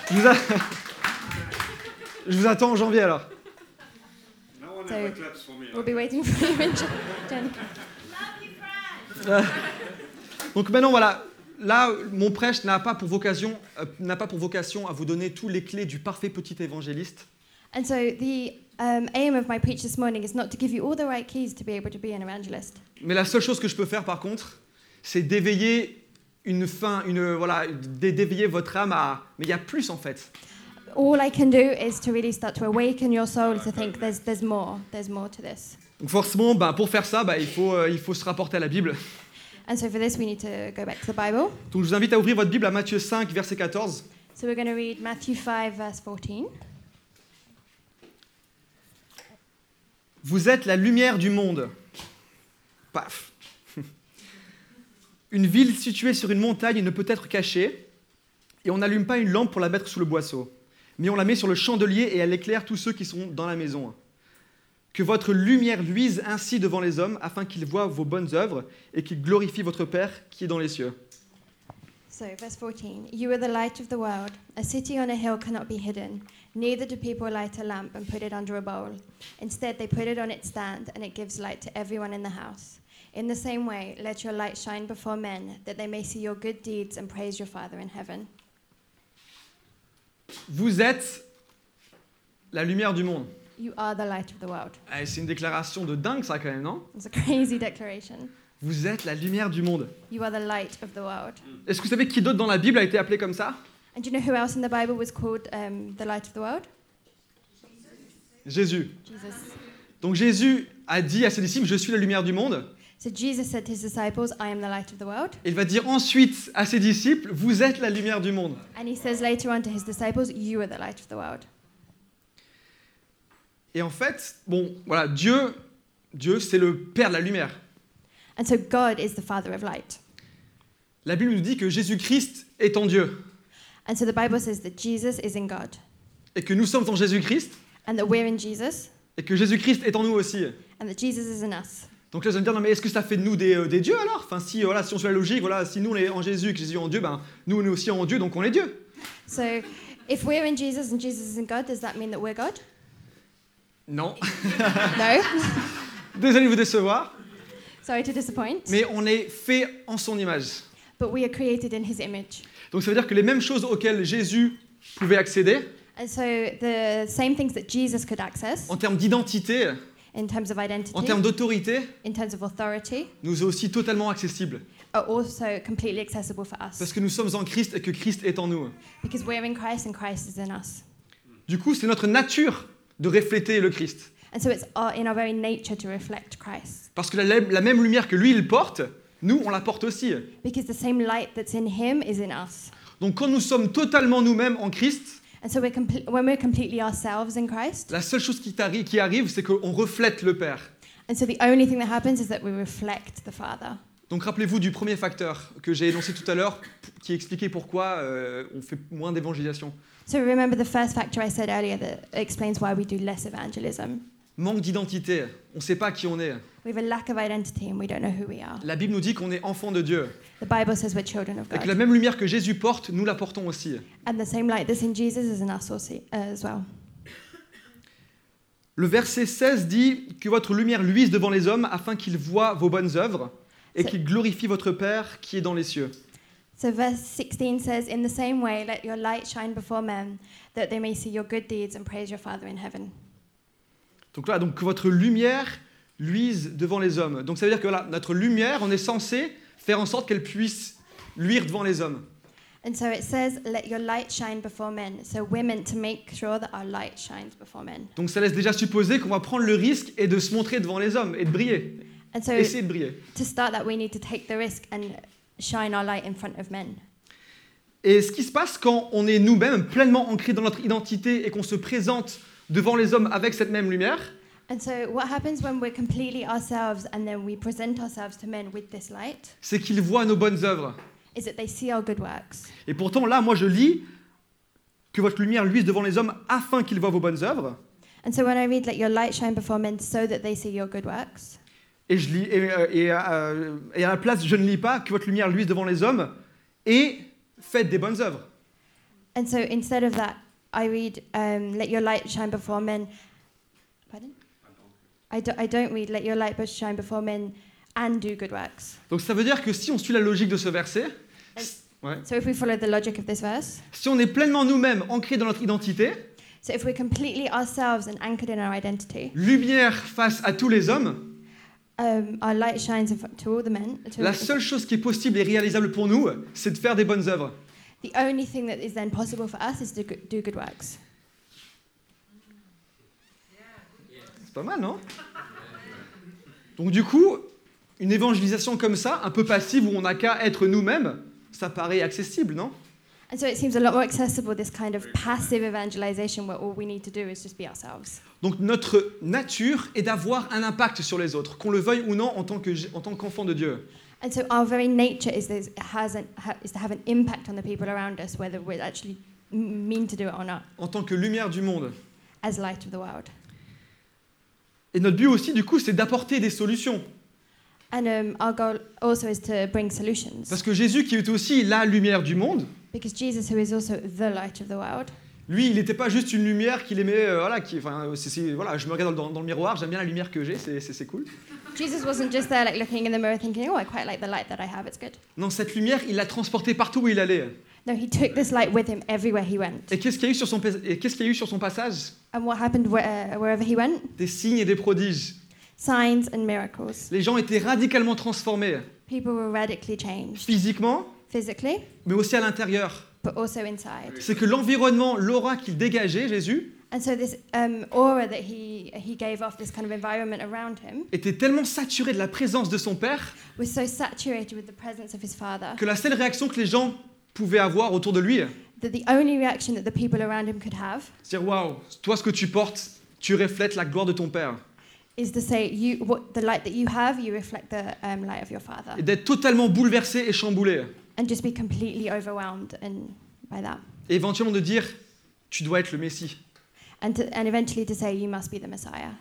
[SPEAKER 3] je, vous a- <laughs> je vous attends en janvier alors.
[SPEAKER 4] No one
[SPEAKER 2] So-
[SPEAKER 4] ever claps for me.
[SPEAKER 2] We'll be waiting for you <laughs> in Jan- January.
[SPEAKER 3] Donc maintenant, voilà. Là, mon prêche n'a pas, pour vocation, euh, n'a pas pour vocation à vous donner tous les clés du parfait petit évangéliste.
[SPEAKER 2] And so the um, aim of my preach this morning is not to give you all the right keys to be able to be an evangelist.
[SPEAKER 3] Mais la seule chose que je peux faire, par contre, c'est d'éveiller une fin, une, voilà, d'é- d'éveiller votre âme à... Mais il y a plus, en fait.
[SPEAKER 2] All I can do is to really start to awaken your soul to think there's there's more, there's more to this.
[SPEAKER 3] Donc forcément, bah, pour faire ça, bah, il, faut, euh, il faut se rapporter à la Bible.
[SPEAKER 2] And so for this we need to go back to the Bible.
[SPEAKER 3] Donc je vous invite à ouvrir votre Bible à Matthieu 5, verset 14.
[SPEAKER 2] So we're going to read Matthew 5 verse 14.
[SPEAKER 3] Vous êtes la lumière du monde. Paf. <laughs> Une ville située sur une montagne ne peut être cachée, et on n'allume pas une lampe pour la mettre sous le boisseau, mais on la met sur le chandelier et elle éclaire tous ceux qui sont dans la maison. Que votre lumière luise ainsi devant les hommes, afin qu'ils voient vos bonnes œuvres et qu'ils glorifient votre Père qui est dans les cieux.
[SPEAKER 2] So, verse 14 You are the light of the world. A city on a hill cannot be hidden. Neither do people light a lamp and put it under a bowl. Instead, they put it on its stand, and it gives light to everyone in the house. In the same way, let your light shine before men, that they may see your good deeds and praise your Father in heaven.
[SPEAKER 3] Vous êtes la lumière du monde.
[SPEAKER 2] You are the light of the world.
[SPEAKER 3] Eh, C'est une déclaration de dingue, ça, quand même, non
[SPEAKER 2] It's a <laughs> crazy declaration.
[SPEAKER 3] Vous êtes la lumière du monde.
[SPEAKER 2] You are the light of the world.
[SPEAKER 3] Est-ce que vous savez qui d'autre dans la Bible a été appelé comme ça
[SPEAKER 2] And do you know who else in the Bible was called um, the light of the world?
[SPEAKER 3] Jésus.
[SPEAKER 2] Jesus.
[SPEAKER 3] Donc Jésus a dit à ses disciples, je suis la lumière du monde.
[SPEAKER 2] So, Jesus said to his disciples, I am the light of the world.
[SPEAKER 3] Et il va dire ensuite à ses disciples, vous êtes la lumière du monde.
[SPEAKER 2] And he says later on to his disciples, You are the light of the world.
[SPEAKER 3] Et en fait, bon, voilà, Dieu, Dieu, c'est le Père de la lumière.
[SPEAKER 2] And so God is the Father of light.
[SPEAKER 3] La Bible nous dit que Jésus-Christ est en Dieu
[SPEAKER 2] And so the Bible says that Jesus is in God
[SPEAKER 3] et que nous sommes en Jésus-Christ
[SPEAKER 2] and that we're in Jesus
[SPEAKER 3] et que Jésus-Christ est en nous aussi.
[SPEAKER 2] and that Jesus is in us.
[SPEAKER 3] Donc là, vous allez me dire, non mais est-ce que ça fait de nous des, euh, des dieux alors Enfin, si, euh, voilà, si on suit la logique, voilà, si nous on est en Jésus, que Jésus est en Dieu, ben nous on est aussi en Dieu, donc on est Dieu.
[SPEAKER 2] So if we're in Jesus and Jesus is in God, does that mean that we're God?
[SPEAKER 3] Non.
[SPEAKER 2] No.
[SPEAKER 3] <laughs>
[SPEAKER 2] <laughs>
[SPEAKER 3] Désolé de vous décevoir,
[SPEAKER 2] Sorry to disappoint.
[SPEAKER 3] mais on est fait en son image.
[SPEAKER 2] But we are created in his image.
[SPEAKER 3] Donc ça veut dire que les mêmes choses auxquelles Jésus pouvait accéder,
[SPEAKER 2] And so the same things that Jesus could access
[SPEAKER 3] en termes d'identité,
[SPEAKER 2] in terms of
[SPEAKER 3] en termes
[SPEAKER 2] identity,
[SPEAKER 3] d'autorité,
[SPEAKER 2] in terms of authority,
[SPEAKER 3] nous est aussi totalement accessible.
[SPEAKER 2] are also completely accessible for
[SPEAKER 3] Parce
[SPEAKER 2] us
[SPEAKER 3] que nous sommes en Christ et que Christ est en nous.
[SPEAKER 2] because we're in Christ and Christ is in us.
[SPEAKER 3] Du coup, c'est notre nature de refléter le Christ.
[SPEAKER 2] And so it's our, in our very nature to reflect Christ.
[SPEAKER 3] Parce que la, la même lumière que lui, il porte, nous, on la porte aussi.
[SPEAKER 2] Because the same light that's in him is in us.
[SPEAKER 3] Donc quand nous sommes totalement nous-mêmes en Christ,
[SPEAKER 2] And so we're comple- when we're completely ourselves in Christ,
[SPEAKER 3] la seule chose qui, t'arri- qui arrive, c'est qu'on reflète le Père.
[SPEAKER 2] and so the only thing that happens is that we reflect the Father.
[SPEAKER 3] Donc rappelez-vous du premier facteur que j'ai énoncé tout à l'heure, p- qui expliquait pourquoi euh, on fait moins d'évangélisation.
[SPEAKER 2] So remember the first factor I said earlier that explains why we do less evangelism.
[SPEAKER 3] Manque d'identité, on ne sait pas qui on est.
[SPEAKER 2] We have a lack of identity and we don't know who we are.
[SPEAKER 3] La Bible nous dit qu'on est enfant de Dieu.
[SPEAKER 2] The Bible says we're children of
[SPEAKER 3] Et que la
[SPEAKER 2] God.
[SPEAKER 3] même lumière que Jésus porte, nous la portons aussi.
[SPEAKER 2] And the same light that's in Jesus is in us also, uh, as well.
[SPEAKER 3] Le verset 16 dit que votre lumière luise devant les hommes afin qu'ils voient vos bonnes œuvres et
[SPEAKER 2] C'est-
[SPEAKER 3] qu'ils glorifient votre Père qui est dans les cieux.
[SPEAKER 2] So verse 16 says, In the same way, let your light shine before men, that they may see your good deeds and praise your Father in heaven.
[SPEAKER 3] Donc là, donc que votre lumière luise devant les hommes. Donc ça veut dire que voilà, notre lumière, on est censé faire en sorte qu'elle puisse luire devant les hommes.
[SPEAKER 2] And so it says, Let your light shine before men. So women to make sure that our light shines before men.
[SPEAKER 3] Donc ça laisse déjà supposer qu'on va prendre le risque et de se montrer devant les hommes et de briller,
[SPEAKER 2] And so
[SPEAKER 3] essayer de briller.
[SPEAKER 2] to start that, we need to take the risk and shine our light in front of men.
[SPEAKER 3] Et ce qui se passe quand on est nous-mêmes pleinement ancrés dans notre identité et qu'on se présente devant les hommes avec cette même lumière,
[SPEAKER 2] And so what happens when we're completely ourselves and then we present ourselves to men with this light
[SPEAKER 3] c'est qu'ils voient nos bonnes œuvres.
[SPEAKER 2] is that they see our good works.
[SPEAKER 3] Et pourtant, là, moi, je lis que votre lumière luise devant les hommes afin qu'ils voient vos bonnes œuvres.
[SPEAKER 2] And so when I read, Let your light shine before men so that they see your good works,
[SPEAKER 3] Et, je lis, et, euh, et, euh, et à la place, je ne lis pas que votre lumière luise devant les hommes et faites des bonnes œuvres.
[SPEAKER 2] And so instead of that, I read, um, Let your light shine before men. Pardon? I, do, I don't read, Let your light but shine before men and do good works.
[SPEAKER 3] Donc ça veut dire que si on suit la logique de ce verset, ouais,
[SPEAKER 2] So if we follow the logic of this verse,
[SPEAKER 3] si on est pleinement nous-mêmes ancrés dans notre identité,
[SPEAKER 2] so if we're completely ourselves and anchored in our identity,
[SPEAKER 3] lumière face à tous les hommes,
[SPEAKER 2] um, our light shines in fr- to all the men. To
[SPEAKER 3] la seule chose qui est possible et réalisable pour nous, c'est de faire des bonnes œuvres.
[SPEAKER 2] the only thing that is then possible for us is to go- do good works.
[SPEAKER 3] C'est pas mal, non Donc du coup, une évangélisation comme ça, un peu passive, où on n'a qu'à être nous-mêmes, ça paraît accessible, non
[SPEAKER 2] And so it seems a lot more accessible, this kind of passive evangelization where all we need to do is just be ourselves.
[SPEAKER 3] Donc notre nature est d'avoir un impact sur les autres, qu'on le veuille ou non en tant que- en tant qu'enfant de Dieu.
[SPEAKER 2] And so our very nature is, this, has an, ha, is to have an impact on the people around us, whether we actually m- mean to do it or not,
[SPEAKER 3] en tant que lumière du monde.
[SPEAKER 2] as light of the world.
[SPEAKER 3] Et notre but aussi, du coup, c'est d'apporter des solutions.
[SPEAKER 2] And um, our goal also is to bring solutions.
[SPEAKER 3] Parce que Jésus, qui est aussi la lumière du monde,
[SPEAKER 2] Because Jesus, who is also the light of the world,
[SPEAKER 3] lui, il n'était pas juste une lumière qu'il aimait, euh, voilà, qui, enfin, c'est- c'est- voilà, je me regarde dans, dans le miroir, j'aime bien la lumière que j'ai, c'est- c'est c'est cool.
[SPEAKER 2] Jesus wasn't just there like looking in the mirror thinking, oh, I quite like the light that I have, it's good.
[SPEAKER 3] Non, cette lumière, il l'a transportée partout où il allait.
[SPEAKER 2] No, he took this light with him everywhere he went.
[SPEAKER 3] Et qu'est-ce qu'il y a eu sur son, pas- et qu'est-ce qu'il y a eu sur son passage
[SPEAKER 2] And what happened where, uh, wherever he went?
[SPEAKER 3] Des signes et des prodiges.
[SPEAKER 2] Signs and miracles.
[SPEAKER 3] Les gens étaient radicalement transformés,
[SPEAKER 2] People were radically changed
[SPEAKER 3] physiquement,
[SPEAKER 2] physically,
[SPEAKER 3] mais aussi à l'intérieur.
[SPEAKER 2] but also inside.
[SPEAKER 3] C'est que l'environnement, l'aura qu'il dégageait, Jésus,
[SPEAKER 2] And so this um, aura that he he gave off, this kind of environment around him,
[SPEAKER 3] était tellement saturé de la présence de son Père
[SPEAKER 2] was so saturated with the presence of his father
[SPEAKER 3] que la seule réaction que les gens pouvaient avoir autour de lui,
[SPEAKER 2] that the only reaction that the people around him could have
[SPEAKER 3] c'est dire waouh, toi ce que tu portes, tu reflètes la gloire de ton père,
[SPEAKER 2] is to say, "You, what the light that you have, you reflect the um, light of your father,"
[SPEAKER 3] et d'être totalement bouleversé et chamboulé,
[SPEAKER 2] and just be completely overwhelmed and by that,
[SPEAKER 3] et éventuellement de dire tu dois être le Messie.
[SPEAKER 2] and to, and eventually to say, "You must be the Messiah."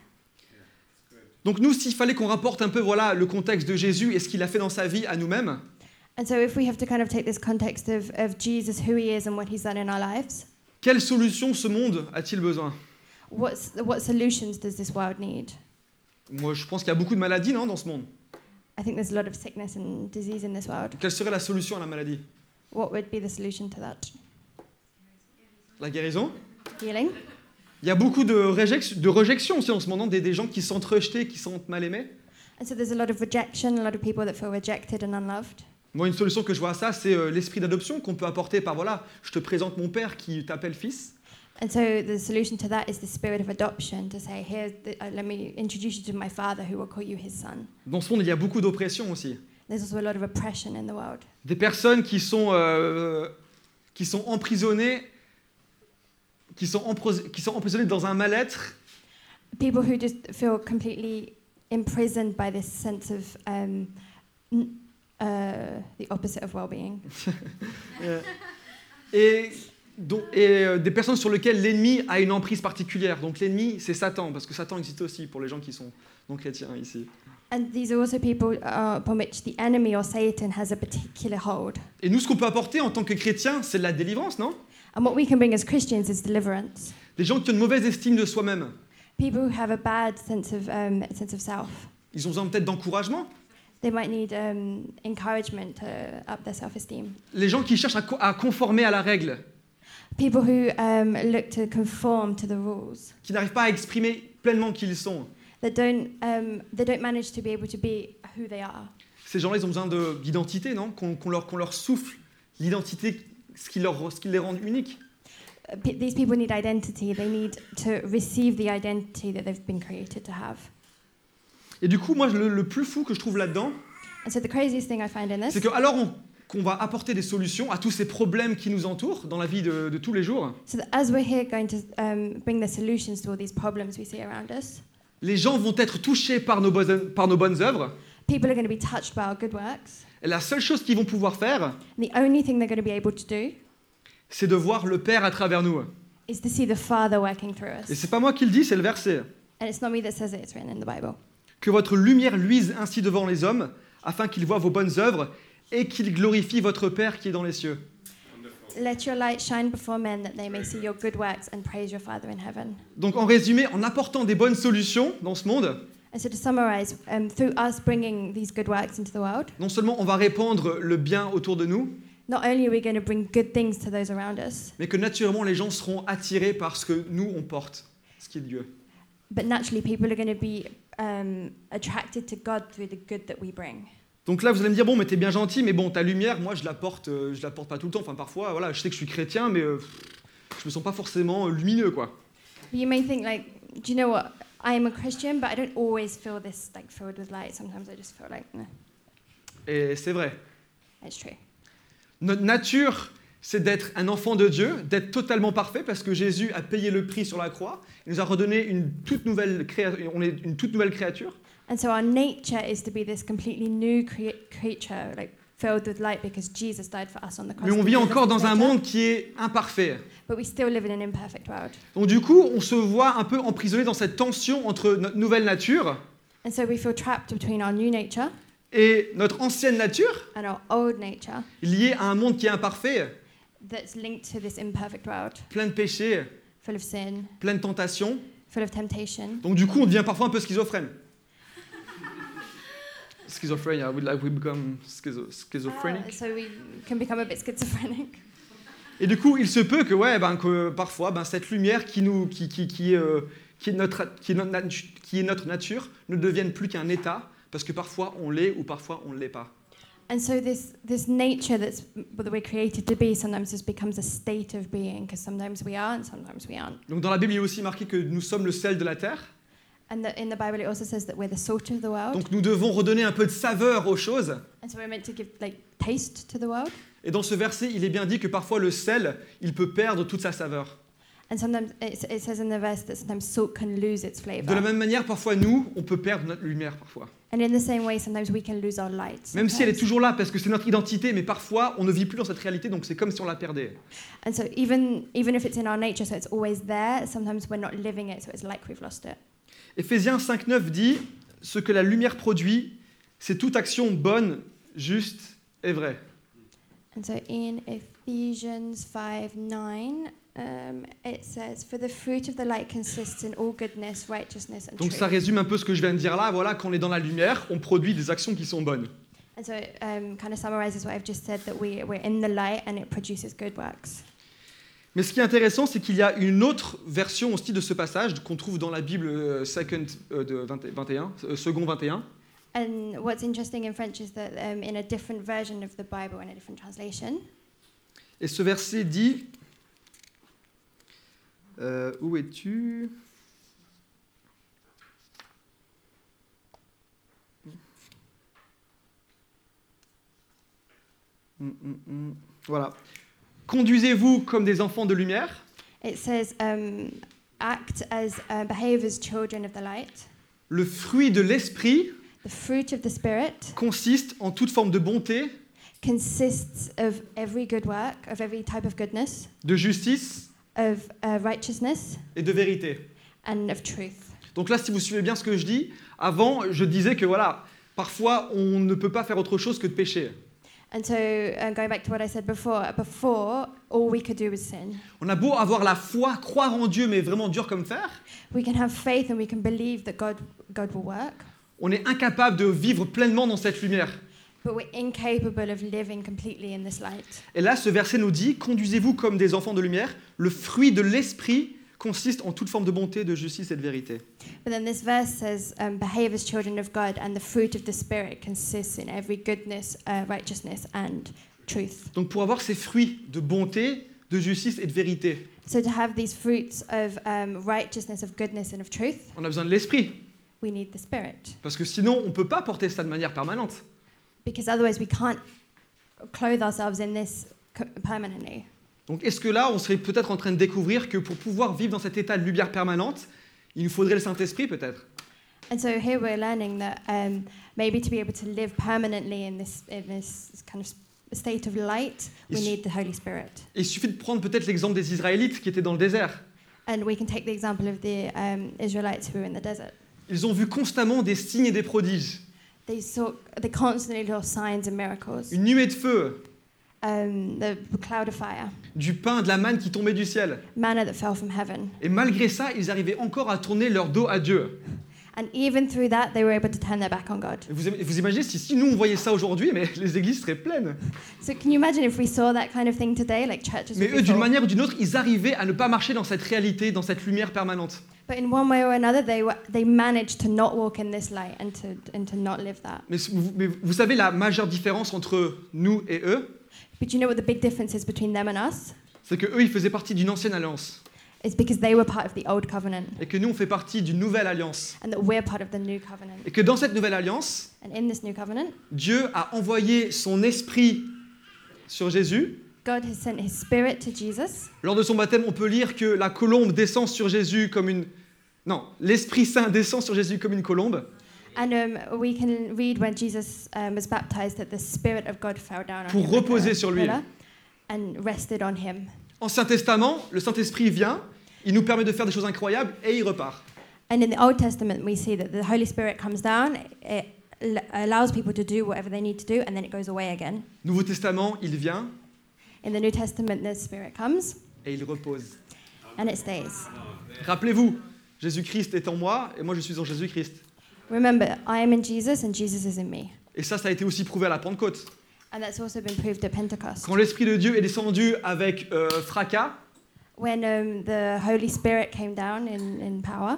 [SPEAKER 3] Donc nous, s'il fallait qu'on rapporte un peu voilà le contexte de Jésus et ce qu'il a fait dans sa vie à nous-mêmes,
[SPEAKER 2] And so, if we have to kind of take this context of, of Jesus, who he is, and what he's done in our lives,
[SPEAKER 3] quelle solution ce monde a-t-il besoin
[SPEAKER 2] what's, what solutions does this world need?
[SPEAKER 3] Moi, je pense qu'il y a beaucoup de maladies non dans ce monde.
[SPEAKER 2] I think there's a lot of sickness and disease in this world.
[SPEAKER 3] Quelle serait la solution à la maladie
[SPEAKER 2] What would be the solution to that?
[SPEAKER 3] La guérison
[SPEAKER 2] Healing.
[SPEAKER 3] Il y a beaucoup de, réjec- de rejection aussi en ce moment, des, des gens qui se sentent rejetés, qui se sentent mal aimés.
[SPEAKER 2] And so there's a lot of rejection, a lot of people that feel rejected and unloved.
[SPEAKER 3] Moi, une solution que je vois à ça, c'est euh, l'esprit d'adoption qu'on peut apporter par voilà, je te présente mon père qui t'appelle fils.
[SPEAKER 2] And so the solution to that is the spirit of adoption to say, here, th- uh, let me introduce you to my father who will call you his son.
[SPEAKER 3] Dans ce monde, il y a beaucoup d'oppression aussi.
[SPEAKER 2] There's also a lot of oppression in the world.
[SPEAKER 3] Des personnes qui sont, euh, qui sont emprisonnées, qui sont, empros- qui sont emprisonnées dans un mal-être
[SPEAKER 2] People who just feel completely imprisoned by this sense of um, n- uh, the opposite of well being.
[SPEAKER 3] euh, et, dont- et, euh, des personnes sur lesquelles l'ennemi a une emprise particulière. Donc l'ennemi, c'est Satan, parce que Satan existe aussi pour les gens qui sont non chrétiens ici.
[SPEAKER 2] And these are also people uh, upon which the enemy or Satan has a particular hold.
[SPEAKER 3] Et nous, ce qu'on peut apporter en tant que chrétiens, c'est de la délivrance, non
[SPEAKER 2] And what we can bring as Christians is deliverance.
[SPEAKER 3] Des gens qui ont une mauvaise estime de soi-même.
[SPEAKER 2] People who have a bad sense of, um, sense of self.
[SPEAKER 3] Ils ont besoin peut-être d'encouragement.
[SPEAKER 2] they might need um, encouragement to up their self esteem.
[SPEAKER 3] Les gens qui cherchent à, co- à conformer à la règle,
[SPEAKER 2] People who um, look to conform to the rules,
[SPEAKER 3] qui n'arrivent pas à exprimer pleinement qui ils sont,
[SPEAKER 2] that don't, um, they don't manage to be able to be who they are.
[SPEAKER 3] ces gens-là, ils ont besoin de- d'identité, non Qu'on qu'on leur, qu'on leur souffle l'identité, ce qui, leur, ce qui les rend uniques.
[SPEAKER 2] Uh, pe- These people need identity. They need to receive the identity that they've been created to have.
[SPEAKER 3] Et du coup, moi, le, le plus fou que je trouve là-dedans,
[SPEAKER 2] And so the craziest thing I find in this,
[SPEAKER 3] c'est que alors on- qu'on va apporter des solutions à tous ces problèmes qui nous entourent dans la vie de, de tous les jours,
[SPEAKER 2] so that as we're here going to um, bring the solutions to all these problems we see around us,
[SPEAKER 3] les gens vont être touchés par nos, bonnes- par nos bonnes œuvres.
[SPEAKER 2] people are going to be touched by our good works.
[SPEAKER 3] Et la seule chose qu'ils vont pouvoir faire,
[SPEAKER 2] And the only thing they're going to be able to do
[SPEAKER 3] c'est de voir le Père à travers nous.
[SPEAKER 2] is to see the Father working through us.
[SPEAKER 3] Et c'est pas moi qui le dis, c'est le verset.
[SPEAKER 2] And it's not me that says it, it's written in the Bible.
[SPEAKER 3] Que votre lumière luise ainsi devant les hommes, afin qu'ils voient vos bonnes œuvres et qu'ils glorifient votre Père qui est dans les cieux.
[SPEAKER 2] Let your light shine before men that they may see your good works and praise your Father in heaven.
[SPEAKER 3] Donc en résumé, en apportant des bonnes solutions dans ce monde,
[SPEAKER 2] And so to summarize, um, through us bringing these good works into the world,
[SPEAKER 3] non seulement on va répandre le bien autour de nous,
[SPEAKER 2] not only are we going to bring good things to those around us,
[SPEAKER 3] mais que naturellement les gens seront attirés par ce que nous on porte, ce qui est Dieu.
[SPEAKER 2] but naturally people are going to be um, attracted to God through the good that we bring.
[SPEAKER 3] Donc là, vous allez me dire, bon, mais t'es bien gentil, mais bon, ta lumière, moi, je la porte, euh, je la porte pas tout le temps. Enfin, parfois, voilà, je sais que je suis chrétien, mais euh, je me sens pas forcément lumineux, quoi.
[SPEAKER 2] You may think like, do you know what? I am a Christian, but I don't always feel this like filled with light. Sometimes I just feel like, nah,
[SPEAKER 3] Et c'est vrai.
[SPEAKER 2] it's true.
[SPEAKER 3] Notre nature, c'est d'être un enfant de Dieu, d'être totalement parfait, parce que Jésus a payé le prix sur la croix. Il nous a redonné une toute nouvelle créature. On est une toute nouvelle créature.
[SPEAKER 2] And so our nature is to be this completely new crea- creature, like filled with light, because Jesus died for us on the cross.
[SPEAKER 3] Mais on
[SPEAKER 2] to
[SPEAKER 3] vit
[SPEAKER 2] give us
[SPEAKER 3] encore dans
[SPEAKER 2] nature,
[SPEAKER 3] un monde qui est imparfait.
[SPEAKER 2] But we still live in an imperfect world.
[SPEAKER 3] Donc du coup, on se voit un peu emprisonné dans cette tension entre notre nouvelle nature
[SPEAKER 2] And so we feel trapped between our new nature
[SPEAKER 3] et notre ancienne nature,
[SPEAKER 2] and our old nature
[SPEAKER 3] liée à un monde qui est imparfait,
[SPEAKER 2] that's linked to this imperfect world,
[SPEAKER 3] plein de péchés,
[SPEAKER 2] full of sin,
[SPEAKER 3] plein de tentations.
[SPEAKER 2] full of temptation.
[SPEAKER 3] Donc du coup, on devient parfois un peu schizophrène. Schizophrenia, we, like, we become schizo- schizophrenic.
[SPEAKER 2] Ah, so we can become a bit schizophrenic. <laughs>
[SPEAKER 3] Et du coup, il se peut que, ouais, ben, que parfois, ben, cette lumière qui, nous, qui, qui, qui, euh, qui est notre, qui, est notre natu- qui est notre nature ne devienne plus qu'un état, parce que parfois on l'est ou parfois on ne l'est pas.
[SPEAKER 2] And so this this nature that's that we're created to be sometimes just becomes a state of being because sometimes we are and sometimes we aren't.
[SPEAKER 3] Donc dans la Bible, il est aussi marqué que nous sommes le sel de la terre.
[SPEAKER 2] And the, in the Bible, it also says that we're the salt of the world.
[SPEAKER 3] Donc nous devons redonner un peu de saveur aux choses.
[SPEAKER 2] And so we're meant to give like taste to the world.
[SPEAKER 3] Et dans ce verset, il est bien dit que parfois le sel, il peut perdre toute sa saveur.
[SPEAKER 2] And sometimes it, it says in the verse that sometimes salt can lose its
[SPEAKER 3] De la
[SPEAKER 2] flavor.
[SPEAKER 3] même manière, parfois nous, on peut perdre notre lumière parfois.
[SPEAKER 2] And in the same way, sometimes we can lose our light.
[SPEAKER 3] Même si elle est
[SPEAKER 2] sometimes.
[SPEAKER 3] toujours là parce que c'est notre identité, mais parfois on ne vit plus dans cette réalité, donc c'est comme si on la perdait.
[SPEAKER 2] And so even even if it's in our nature, so it's always there. Sometimes we're not living it, so it's like we've lost it.
[SPEAKER 3] Éphésiens 5.9 dit « Ce que la lumière produit, c'est toute action bonne, juste et vraie.
[SPEAKER 2] And so in Ephesians 5 9, um, it says, For the fruit of the light consists in all goodness, righteousness, » and
[SPEAKER 3] Donc ça
[SPEAKER 2] truth.
[SPEAKER 3] résume un peu ce que je viens de dire là. Voilà, quand on est dans la lumière, on produit des actions qui sont bonnes.
[SPEAKER 2] And so it um, kind of summarizes what I've just said that we, we're in the light and it produces good works.
[SPEAKER 3] Mais ce qui est intéressant, c'est qu'il y a une autre version aussi de ce passage qu'on trouve dans la Bible euh, second, euh, de 20 21, euh, second 21.
[SPEAKER 2] And what's interesting in French is that um, in a different version of the Bible, in a different translation,
[SPEAKER 3] Et ce verset dit euh, Où es-tu Hum, hum, hum. Voilà. Conduisez-vous comme des enfants de lumière,
[SPEAKER 2] it says, um, Act as uh, behave as children of the light.
[SPEAKER 3] le fruit de l'esprit
[SPEAKER 2] The fruit of the Spirit
[SPEAKER 3] consiste en toute forme de bonté,
[SPEAKER 2] consists of every good work, of every type of goodness,
[SPEAKER 3] de justice
[SPEAKER 2] of uh, righteousness,
[SPEAKER 3] et de vérité.
[SPEAKER 2] and of truth.
[SPEAKER 3] Donc là, si vous suivez bien ce que je dis, avant, je disais que voilà, parfois, on ne peut pas faire autre chose que de pécher.
[SPEAKER 2] And so, uh, going back to what I said before, before all we could do was sin.
[SPEAKER 3] On a beau avoir la foi, croire en Dieu, mais vraiment dur comme fer,
[SPEAKER 2] We can have faith and we can believe that God, God will work,
[SPEAKER 3] On est incapable de vivre pleinement dans cette lumière.
[SPEAKER 2] but we're incapable of living completely in this light.
[SPEAKER 3] Et là, ce verset nous dit Conduisez-vous comme des enfants de lumière. Le fruit de l'esprit consiste en toute forme de bonté, de justice et de vérité.
[SPEAKER 2] But then this verse says, um, Behave as children of God, and the fruit of the Spirit consists in every goodness, uh, righteousness, and truth.
[SPEAKER 3] Donc, pour avoir ces fruits de bonté, de justice et de vérité,
[SPEAKER 2] So, to have these fruits of um, righteousness, of goodness, and of truth,
[SPEAKER 3] on a besoin de l'esprit.
[SPEAKER 2] we need the Spirit.
[SPEAKER 3] Parce que sinon, on ne peut pas porter ça de manière permanente.
[SPEAKER 2] Because otherwise, we can't clothe ourselves in this co- permanently.
[SPEAKER 3] Donc, est-ce que là, on serait peut-être en train de découvrir que pour pouvoir vivre dans cet état de lumière permanente, il nous faudrait le Saint-Esprit, peut-être
[SPEAKER 2] And so here we're learning that um, maybe to be able to live permanently in this in this kind of state of light, we
[SPEAKER 3] Yes.
[SPEAKER 2] need the Holy Spirit.
[SPEAKER 3] Il suffit de prendre peut-être l'exemple des Israélites qui étaient dans le désert.
[SPEAKER 2] And we can take the example of the um, Israelites who were in the desert.
[SPEAKER 3] Ils ont vu constamment des signes et des prodiges.
[SPEAKER 2] They saw they constantly saw signs and miracles.
[SPEAKER 3] Une nuée de feu,
[SPEAKER 2] Um, the cloud of fire,
[SPEAKER 3] du pain, de la manne qui tombait du ciel.
[SPEAKER 2] manna that fell from heaven,
[SPEAKER 3] Et malgré ça, ils arrivaient encore à tourner leur dos à Dieu.
[SPEAKER 2] and even through that they were able to turn their back on God.
[SPEAKER 3] Et Vous, vous imaginez si, si nous on voyait ça aujourd'hui, mais <laughs> les églises seraient pleines.
[SPEAKER 2] So can you imagine if we saw that kind of thing today, like churches?
[SPEAKER 3] Mais
[SPEAKER 2] would be
[SPEAKER 3] eux, d'une
[SPEAKER 2] full.
[SPEAKER 3] manière ou d'une autre, ils arrivaient à ne pas marcher dans cette réalité, dans cette lumière permanente.
[SPEAKER 2] But in one way or another, they were, they managed to not walk in this light and to and to not live that.
[SPEAKER 3] Mais, c- vous- mais vous savez la majeure différence entre nous et eux
[SPEAKER 2] But you know what the big difference is between them and us?
[SPEAKER 3] C'est que eux, ils faisaient partie d'une ancienne alliance.
[SPEAKER 2] It's because they were part of the old covenant
[SPEAKER 3] Et que nous, on fait partie d'une nouvelle alliance.
[SPEAKER 2] and that we're part of the new covenant.
[SPEAKER 3] Et que dans cette nouvelle alliance,
[SPEAKER 2] And in this new covenant,
[SPEAKER 3] Dieu a envoyé son esprit sur Jésus.
[SPEAKER 2] God has sent his spirit to Jesus.
[SPEAKER 3] Lors de son baptême, on peut lire que la colombe descend sur Jésus comme une... Non, l'Esprit Saint descend sur Jésus comme une colombe.
[SPEAKER 2] And um, we can read when Jesus um, was baptized that the spirit of God fell down on
[SPEAKER 3] Pour
[SPEAKER 2] him. like
[SPEAKER 3] reposer
[SPEAKER 2] a
[SPEAKER 3] sur lui.
[SPEAKER 2] pillar, And rested on him.
[SPEAKER 3] Ancien Testament, le Saint-Esprit vient, il nous permet de faire des choses incroyables et il repart.
[SPEAKER 2] And in the Old Testament, we see that the Holy Spirit comes down, it l- allows people to do whatever they need to do, and then it goes away again.
[SPEAKER 3] Nouveau Testament, il vient
[SPEAKER 2] In the New Testament, the Spirit comes
[SPEAKER 3] et il repose.
[SPEAKER 2] and it stays.
[SPEAKER 3] Rappelez-vous, Jésus-Christ est en moi et moi je suis en Jésus-Christ.
[SPEAKER 2] Remember, I am in Jesus and Jesus is in me.
[SPEAKER 3] Et ça, ça a été aussi prouvé à la Pentecôte.
[SPEAKER 2] And that's also been proved at Pentecost.
[SPEAKER 3] Quand l'Esprit de Dieu est descendu avec euh, fracas
[SPEAKER 2] When um, the Holy Spirit came down in, in power,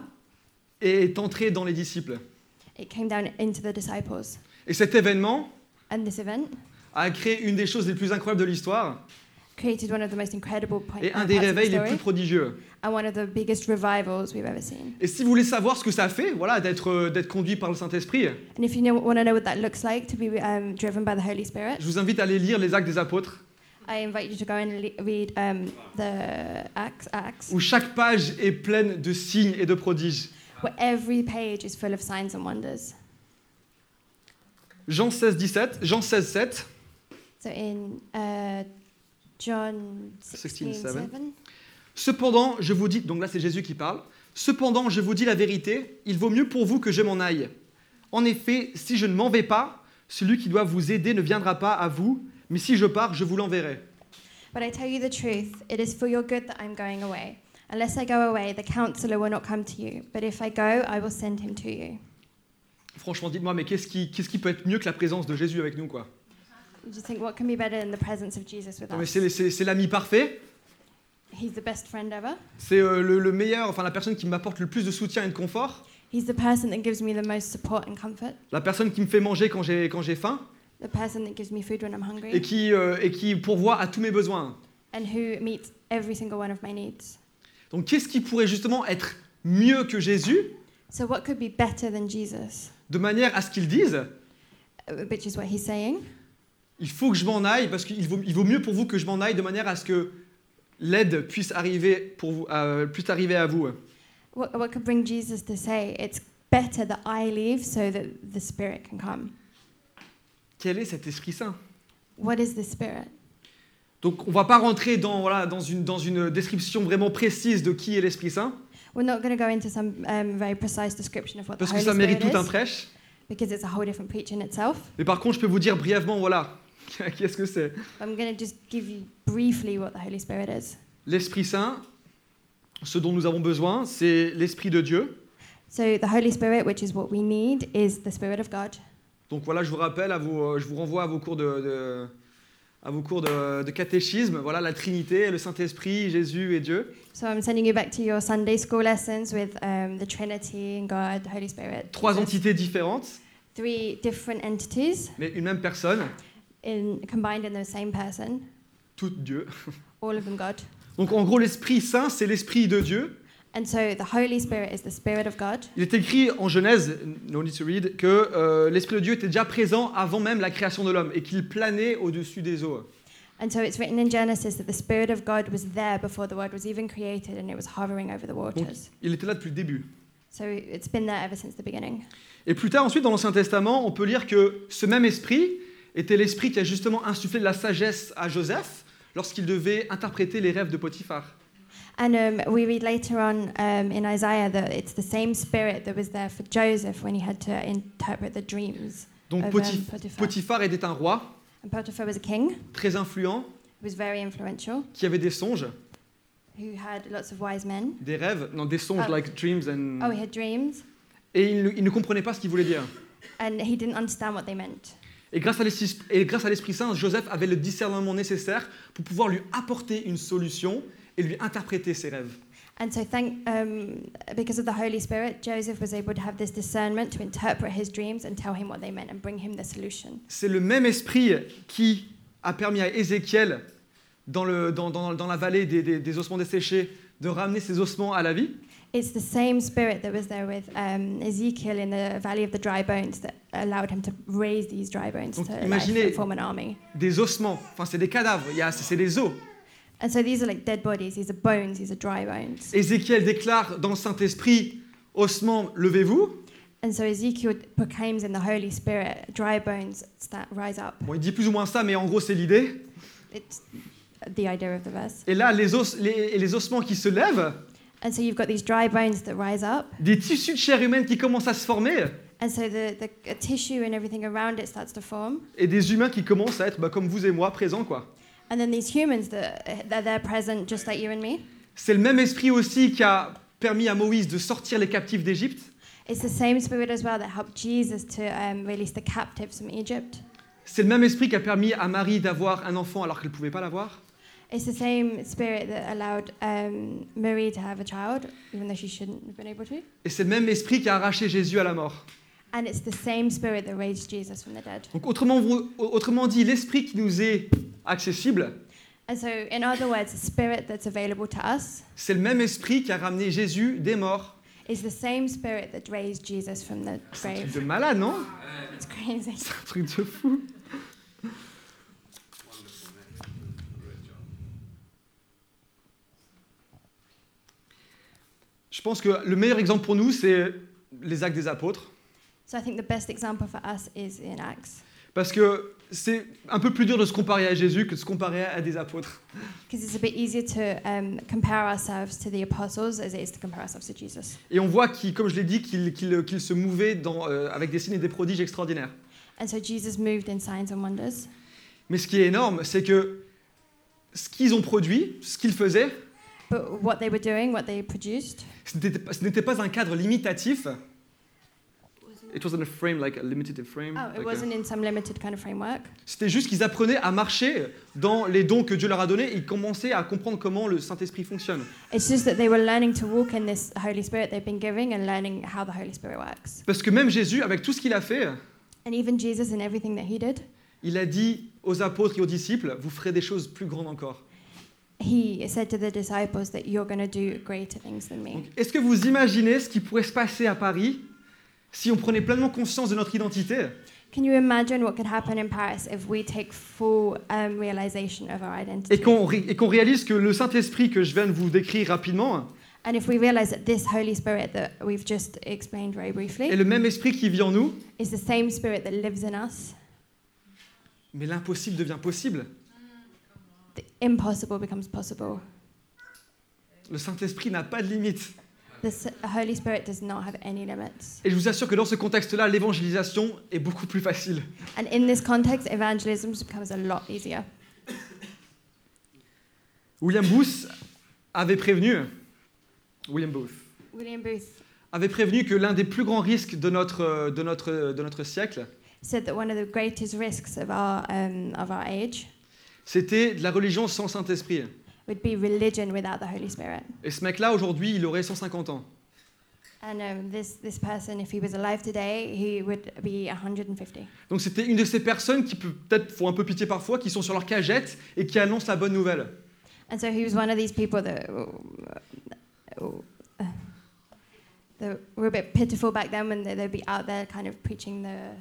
[SPEAKER 3] et est entré dans les disciples.
[SPEAKER 2] it came down into the disciples.
[SPEAKER 3] Et cet événement
[SPEAKER 2] And this event
[SPEAKER 3] a créé une des choses les plus incroyables de l'histoire
[SPEAKER 2] created one of the most incredible point,
[SPEAKER 3] et
[SPEAKER 2] uh, parts
[SPEAKER 3] un des
[SPEAKER 2] of the
[SPEAKER 3] réveils les plus
[SPEAKER 2] story,
[SPEAKER 3] prodigieux.
[SPEAKER 2] and one of the biggest revivals we've ever seen.
[SPEAKER 3] Et si vous voulez savoir ce que ça fait, voilà, d'être euh, d'être conduit par le Saint-Esprit,
[SPEAKER 2] And if you know, want to know what that looks like to be um, driven by the Holy Spirit,
[SPEAKER 3] je vous invite à aller lire les Actes des Apôtres,
[SPEAKER 2] I invite you to go and le- read um, the Acts, Acts,
[SPEAKER 3] où chaque page est pleine de signes et de prodiges.
[SPEAKER 2] where every page is full of signs and wonders.
[SPEAKER 3] Jean 16, 17, Jean 16, 7,
[SPEAKER 2] So in uh, John
[SPEAKER 3] 16,
[SPEAKER 2] 16,
[SPEAKER 3] 7.
[SPEAKER 2] 7,
[SPEAKER 3] Cependant, je vous dis, donc là c'est Jésus qui parle, cependant je vous dis la vérité, il vaut mieux pour vous que je m'en aille. En effet, si je ne m'en vais pas, celui qui doit vous aider ne viendra pas à vous, mais si je pars, je vous l'enverrai.
[SPEAKER 2] But I tell you the truth, it is for your good that I'm going away. Unless I go away, the counselor will not come to you. But if I go, I will send him to you.
[SPEAKER 3] Franchement, dites-moi, mais qu'est-ce qui, qu'est-ce qui peut être mieux que la présence de Jésus avec nous, quoi
[SPEAKER 2] You just think, what can be better than the presence of Jesus with
[SPEAKER 3] Non, mais
[SPEAKER 2] us?
[SPEAKER 3] c'est, c'est- c'est l'ami parfait,
[SPEAKER 2] He's the best friend ever.
[SPEAKER 3] c'est euh, le, le meilleur, enfin la personne qui m'apporte le plus de soutien et de confort,
[SPEAKER 2] He's the person that gives me the most support and comfort,
[SPEAKER 3] la personne qui me fait manger quand j'ai, quand j'ai faim,
[SPEAKER 2] the person that gives me food when I'm
[SPEAKER 3] et
[SPEAKER 2] hungry,
[SPEAKER 3] qui, euh, et qui pourvoit à tous mes besoins.
[SPEAKER 2] and who meets every single one of my needs.
[SPEAKER 3] Donc qu'est-ce qui pourrait justement être mieux que Jésus,
[SPEAKER 2] So, what could be better than Jesus?
[SPEAKER 3] de manière à ce qu'ils disent
[SPEAKER 2] Uh, Which is what he's saying.
[SPEAKER 3] il faut que je m'en aille parce qu'il vaut, il vaut mieux pour vous que je m'en aille de manière à ce que l'aide puisse arriver pour vous, euh, puisse arriver à vous.
[SPEAKER 2] What, what could bring Jesus to say, it's better that I leave so that the Spirit can come?
[SPEAKER 3] Quel est cet Esprit Saint
[SPEAKER 2] What is the Spirit?
[SPEAKER 3] Donc on va pas rentrer dans voilà dans une dans une description vraiment précise de qui est l'Esprit Saint
[SPEAKER 2] We're not going to go into some um, very precise description of what the
[SPEAKER 3] parce que
[SPEAKER 2] Holy
[SPEAKER 3] ça
[SPEAKER 2] Spirit
[SPEAKER 3] mérite tout un
[SPEAKER 2] is,
[SPEAKER 3] prêche.
[SPEAKER 2] because it's a whole different preach in itself.
[SPEAKER 3] Mais par contre, je peux vous dire brièvement voilà <laughs> qu'est-ce que c'est.
[SPEAKER 2] I'm going to just give you briefly what the Holy Spirit is.
[SPEAKER 3] L'Esprit Saint, ce dont nous avons besoin, c'est l'Esprit de Dieu
[SPEAKER 2] So the Holy Spirit, which is what we need, is the Spirit of God.
[SPEAKER 3] Donc voilà, je vous rappelle, à vos, euh, je vous renvoie à vos cours de, de- à vos cours de, de catéchisme. Voilà, la Trinité, le Saint-Esprit, Jésus et Dieu.
[SPEAKER 2] So I'm sending you back to your Sunday school lessons with um, the Trinity and God, the Holy Spirit.
[SPEAKER 3] Trois
[SPEAKER 2] Jesus.
[SPEAKER 3] entités différentes,
[SPEAKER 2] Three different entities
[SPEAKER 3] mais une même personne,
[SPEAKER 2] in, combined in the same person,
[SPEAKER 3] toutes Dieu.
[SPEAKER 2] all of them God.
[SPEAKER 3] Donc en gros, l'Esprit Saint, c'est l'Esprit de Dieu.
[SPEAKER 2] And so the Holy Spirit is the Spirit of God.
[SPEAKER 3] Il est écrit en Genèse, no need to read, que euh, l'Esprit de Dieu était déjà présent avant même la création de l'homme et qu'il planait au-dessus des eaux.
[SPEAKER 2] And so it's written in Genesis that the Spirit of God was there before the world was even created and it was hovering over the waters.
[SPEAKER 3] Il était là depuis le début.
[SPEAKER 2] So it's been there ever since the beginning.
[SPEAKER 3] Et plus tard, ensuite, dans l'Ancien Testament, on peut lire que ce même esprit était l'esprit qui a justement insufflé de la sagesse à Joseph lorsqu'il devait interpréter les rêves de Potiphar.
[SPEAKER 2] And um, we read later on um, in Isaiah that it's the same spirit that was there for Joseph when he had to interpret the dreams.
[SPEAKER 3] Donc
[SPEAKER 2] of, um,
[SPEAKER 3] Poti-
[SPEAKER 2] Potiphar.
[SPEAKER 3] Potiphar était un roi
[SPEAKER 2] And Potiphar was a king
[SPEAKER 3] très influent
[SPEAKER 2] who was very influential,
[SPEAKER 3] qui avait des songes,
[SPEAKER 2] who had lots of wise men.
[SPEAKER 3] des rêves, non des songes
[SPEAKER 2] Ah.
[SPEAKER 3] like dreams and-
[SPEAKER 2] Oh, he had dreams,
[SPEAKER 3] et il, ne- il ne comprenait pas ce qu'il voulait dire.
[SPEAKER 2] and he didn't understand what they meant.
[SPEAKER 3] Et grâce à l'Esprit- et grâce à l'Esprit Saint, Joseph avait le discernement nécessaire pour pouvoir lui apporter une solution et lui interpréter ses rêves.
[SPEAKER 2] And so, thank, um, because of the Holy Spirit, Joseph was able to have this discernment to interpret his dreams and tell him what they meant and bring him the solution.
[SPEAKER 3] C'est le même esprit qui a permis à Ézéchiel, dans, le- dans- dans- dans la vallée des, des- des ossements desséchés, de ramener ses ossements à la vie.
[SPEAKER 2] It's the same spirit that was there with um, Ezekiel in the Valley of the Dry Bones that allowed him to raise these dry bones
[SPEAKER 3] Donc,
[SPEAKER 2] to life
[SPEAKER 3] imaginez-
[SPEAKER 2] and form an army.
[SPEAKER 3] Des ossements, enfin c'est des cadavres, il y a- c'est c'est des os.
[SPEAKER 2] And so these are like dead bodies. These are bones. These are dry bones.
[SPEAKER 3] Ézéchiel déclare dans le Saint-Esprit, ossements, levez-vous.
[SPEAKER 2] And so Ezekiel proclaims in the Holy Spirit, dry bones sta rise up.
[SPEAKER 3] Bon, il dit plus ou moins ça, mais en gros c'est l'idée.
[SPEAKER 2] It's the idea of the verse.
[SPEAKER 3] Et là, les, os- les- et les ossements qui se lèvent,
[SPEAKER 2] And so you've got these dry bones that rise up.
[SPEAKER 3] des tissus de chair humaine qui commencent à se former,
[SPEAKER 2] And so the, the tissue and everything around it starts to form.
[SPEAKER 3] et des humains qui commencent à être, bah, comme vous et moi, présents. quoi.
[SPEAKER 2] And then these humans that they're there present, just like you and me.
[SPEAKER 3] C'est le même esprit aussi qui a permis à Moïse de sortir les captifs d'Égypte.
[SPEAKER 2] It's the same spirit as well that helped Jesus to um, release the captives from Egypt.
[SPEAKER 3] C'est le même esprit qui a permis à Marie d'avoir un enfant alors qu'elle ne pouvait pas l'avoir.
[SPEAKER 2] It's the same spirit that allowed um, Marie to have a child, even though she shouldn't have been able to.
[SPEAKER 3] Et c'est le même esprit qui a arraché Jésus à la mort.
[SPEAKER 2] And it's the same spirit that raised Jesus from the dead.
[SPEAKER 3] Donc autrement, vous- autrement dit, l'esprit qui nous est accessible,
[SPEAKER 2] And so, in other words, the spirit that's available to us
[SPEAKER 3] c'est le même esprit qui a ramené Jésus des morts.
[SPEAKER 2] is the same spirit that raised Jesus from the
[SPEAKER 3] C'est un truc
[SPEAKER 2] grave.
[SPEAKER 3] de malade, non
[SPEAKER 2] It's crazy.
[SPEAKER 3] C'est un truc de fou. Je pense que le meilleur exemple pour nous, c'est les actes des apôtres.
[SPEAKER 2] So, I think the best example for us is in Acts.
[SPEAKER 3] Parce que c'est un peu plus dur de se comparer à Jésus que de se comparer à des apôtres.
[SPEAKER 2] Because it's a bit easier to um, compare ourselves to the apostles as it is to compare ourselves to Jesus.
[SPEAKER 3] Et on voit, qu'il, comme je l'ai dit, qu'il, qu'il- qu'il se mouvait dans, euh, avec des signes et des prodiges extraordinaires.
[SPEAKER 2] And so, Jesus moved in signs and wonders.
[SPEAKER 3] Mais ce qui est énorme, c'est que ce qu'ils ont produit, ce qu'ils faisaient,
[SPEAKER 2] But what they were doing, what they produced,
[SPEAKER 3] ce n'était, pas- ce n'était pas un cadre limitatif. It wasn't a frame, like a limited frame.
[SPEAKER 2] oh,
[SPEAKER 3] like
[SPEAKER 2] it
[SPEAKER 3] a-
[SPEAKER 2] wasn't in some limited kind of framework.
[SPEAKER 3] C'était juste qu'ils apprenaient à marcher dans les dons que Dieu leur a donnés. Ils commençaient à comprendre comment le Saint-Esprit fonctionne.
[SPEAKER 2] It's just that they were learning to walk in this Holy Spirit they've been giving and learning how the Holy Spirit works.
[SPEAKER 3] Parce que même Jésus, avec tout ce qu'il a fait,
[SPEAKER 2] And even Jesus and everything that he did,
[SPEAKER 3] Il a dit aux apôtres et aux disciples, vous ferez des choses plus grandes encore.
[SPEAKER 2] he said to the disciples that you're going to do greater things than
[SPEAKER 3] Donc,
[SPEAKER 2] me.
[SPEAKER 3] Est-ce que vous imaginez ce qui pourrait se passer à Paris si on prenait pleinement conscience de notre identité
[SPEAKER 2] Can you imagine what could happen in Paris if we take full um, realization of our
[SPEAKER 3] et
[SPEAKER 2] identity?
[SPEAKER 3] qu'on ré- et qu'on réalise que le Saint-Esprit que je viens de vous décrire rapidement
[SPEAKER 2] And if we realize that this Holy Spirit that we've just explained very
[SPEAKER 3] est
[SPEAKER 2] briefly
[SPEAKER 3] le même Esprit qui vit en nous,
[SPEAKER 2] is the same Spirit that lives in us,
[SPEAKER 3] mais l'impossible devient possible.
[SPEAKER 2] the impossible becomes possible.
[SPEAKER 3] Le Saint-Esprit n'a pas de limite.
[SPEAKER 2] The S- Holy Spirit does not have any limits.
[SPEAKER 3] Et je vous assure que dans ce contexte-là, l'évangélisation est beaucoup plus facile.
[SPEAKER 2] And in this context, evangelism becomes a lot easier.
[SPEAKER 3] William Booth avait prévenu, William Booth
[SPEAKER 2] William Booth
[SPEAKER 3] avait prévenu que l'un des plus grands risques de notre, euh, de notre, euh, de notre siècle,
[SPEAKER 2] said that one of the greatest risks of our, um, of our age
[SPEAKER 3] c'était de la religion sans Saint-Esprit.
[SPEAKER 2] would be religion without the Holy Spirit.
[SPEAKER 3] Et ce mec-là, aujourd'hui, il aurait 150 ans.
[SPEAKER 2] And um, this, this person, if he was alive today, he would be 150.
[SPEAKER 3] Donc c'était une de ces personnes qui peut- peut-être font un peu pitié parfois, qui sont sur leur cagette et qui annoncent la bonne nouvelle.
[SPEAKER 2] And so he was one of these people that, uh, that were a bit pitiful back then when they, they'd be out there kind of preaching the,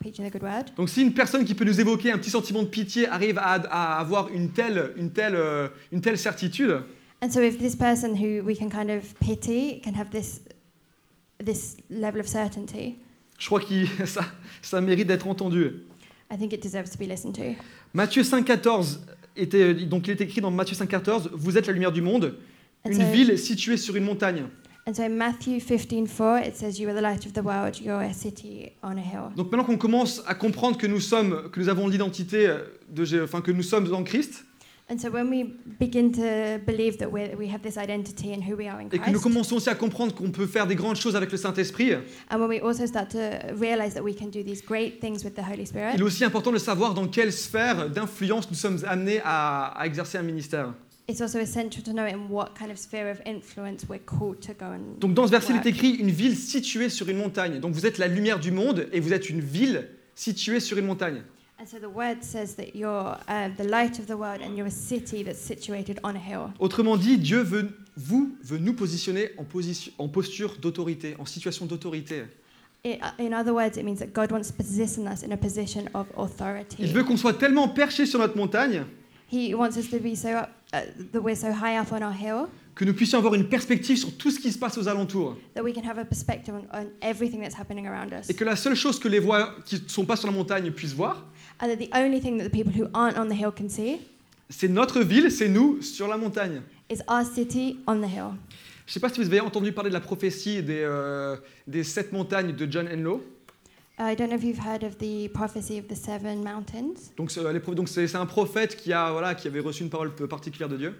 [SPEAKER 2] preaching the good word.
[SPEAKER 3] Donc si une personne qui peut nous évoquer un petit sentiment de pitié arrive à, à avoir une telle, une, telle, euh, une telle certitude,
[SPEAKER 2] And so if this person who we can kind of pity can have this, this level of certainty,
[SPEAKER 3] je crois que <laughs> ça, ça mérite d'être entendu.
[SPEAKER 2] I think it deserves to be listened to.
[SPEAKER 3] Matthieu 5,14, était, donc il est écrit dans Matthieu 5,14, Vous êtes la lumière du monde,
[SPEAKER 2] And
[SPEAKER 3] une
[SPEAKER 2] so-
[SPEAKER 3] ville située sur une montagne.
[SPEAKER 2] And so in Matthew 15:4 it says, "You are the light of the world. You're a city on a hill."
[SPEAKER 3] Donc maintenant qu'on commence à comprendre que nous sommes, que nous avons l'identité euh, de, Jé- enfin que nous sommes en Christ,
[SPEAKER 2] And so when we begin to believe that we we have this identity and who we are in
[SPEAKER 3] et que nous
[SPEAKER 2] Christ,
[SPEAKER 3] commençons aussi à comprendre qu'on peut faire des grandes choses avec le Saint-Esprit,
[SPEAKER 2] and when we also start to realize that we can do these great things with the Holy
[SPEAKER 3] il
[SPEAKER 2] Spirit,
[SPEAKER 3] est aussi important de savoir dans quelle sphère d'influence nous sommes amenés à, à exercer un ministère.
[SPEAKER 2] it's also essential to know in what kind of sphere of influence we're called to go and.
[SPEAKER 3] Donc dans ce verset, il
[SPEAKER 2] work.
[SPEAKER 3] est écrit une ville située sur une montagne. Donc vous êtes la lumière du monde et vous êtes une ville située sur une montagne.
[SPEAKER 2] And so the word says that you're uh, the light of the world and you're a city that's situated on a hill.
[SPEAKER 3] Autrement dit, Dieu veut vous veut nous positionner en, position, en posture d'autorité, en situation d'autorité.
[SPEAKER 2] I in other words, it means that God wants to position us in a position of authority.
[SPEAKER 3] Il veut qu'on soit tellement perché sur notre montagne
[SPEAKER 2] He wants us to be so up, uh, that we're so high up on our hill
[SPEAKER 3] que nous puissions avoir une perspective sur tout ce qui se passe aux alentours.
[SPEAKER 2] that we can have a perspective on, on everything that's happening around us.
[SPEAKER 3] Et que la seule chose que les voix qui ne sont pas sur la montagne puissent voir,
[SPEAKER 2] And that the only thing that the people who aren't on the hill can see
[SPEAKER 3] c'est notre ville, c'est nous sur la montagne.
[SPEAKER 2] is our city on the hill.
[SPEAKER 3] Je ne sais pas si vous avez entendu parler de la prophétie des, euh, des sept montagnes de John Enloe.
[SPEAKER 2] I don't know if you've heard of the prophecy of the seven mountains.
[SPEAKER 3] Donc c'est euh, les proph- donc, c'est- c'est un prophète qui, a, voilà, qui avait reçu une parole particulière de Dieu.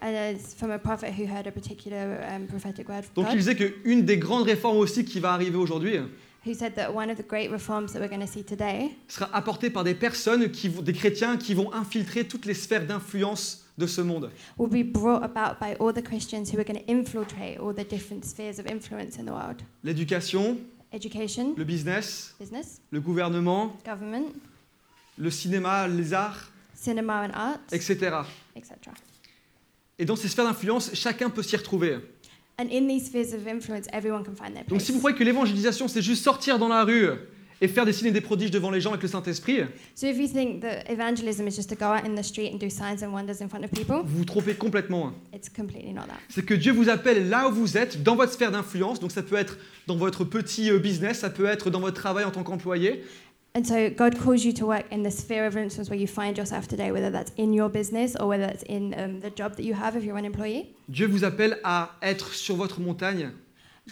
[SPEAKER 2] And it's from a prophet who heard a particular um, prophetic word from
[SPEAKER 3] Donc
[SPEAKER 2] God,
[SPEAKER 3] il disait qu'une des grandes réformes aussi qui va arriver aujourd'hui, euh,
[SPEAKER 2] who said that one of the great reforms that we're going to see today
[SPEAKER 3] sera apporté par des personnes, qui, vont- des chrétiens qui vont infiltrer toutes les sphères d'influence de ce monde.
[SPEAKER 2] will be brought about by all the Christians who are going to infiltrate all the different spheres of influence in the world
[SPEAKER 3] L'éducation,
[SPEAKER 2] education,
[SPEAKER 3] le business,
[SPEAKER 2] business,
[SPEAKER 3] le gouvernement,
[SPEAKER 2] government,
[SPEAKER 3] le cinéma, les arts,
[SPEAKER 2] cinema and arts,
[SPEAKER 3] etc.
[SPEAKER 2] etc.
[SPEAKER 3] Et dans ces sphères d'influence, chacun peut s'y retrouver.
[SPEAKER 2] And in these spheres of influence, everyone can find their
[SPEAKER 3] Donc
[SPEAKER 2] place.
[SPEAKER 3] si vous croyez que l'évangélisation, c'est juste sortir dans la rue et faire des signes et des prodiges devant les gens avec le Saint-Esprit,
[SPEAKER 2] So if you think that evangelism is just to go out in the street and do signs and wonders in front of people,
[SPEAKER 3] vous vous trompez complètement.
[SPEAKER 2] it's completely not that.
[SPEAKER 3] C'est que Dieu vous appelle là où vous êtes, dans votre sphère d'influence. Donc ça peut être dans votre petit euh, business, ça peut être dans votre travail en tant qu'employé,
[SPEAKER 2] And so God calls you to work in the sphere of influence where you find yourself today, whether that's in your business or whether that's in um, the job that you have if you're an employee.
[SPEAKER 3] Dieu vous appelle à être sur votre montagne,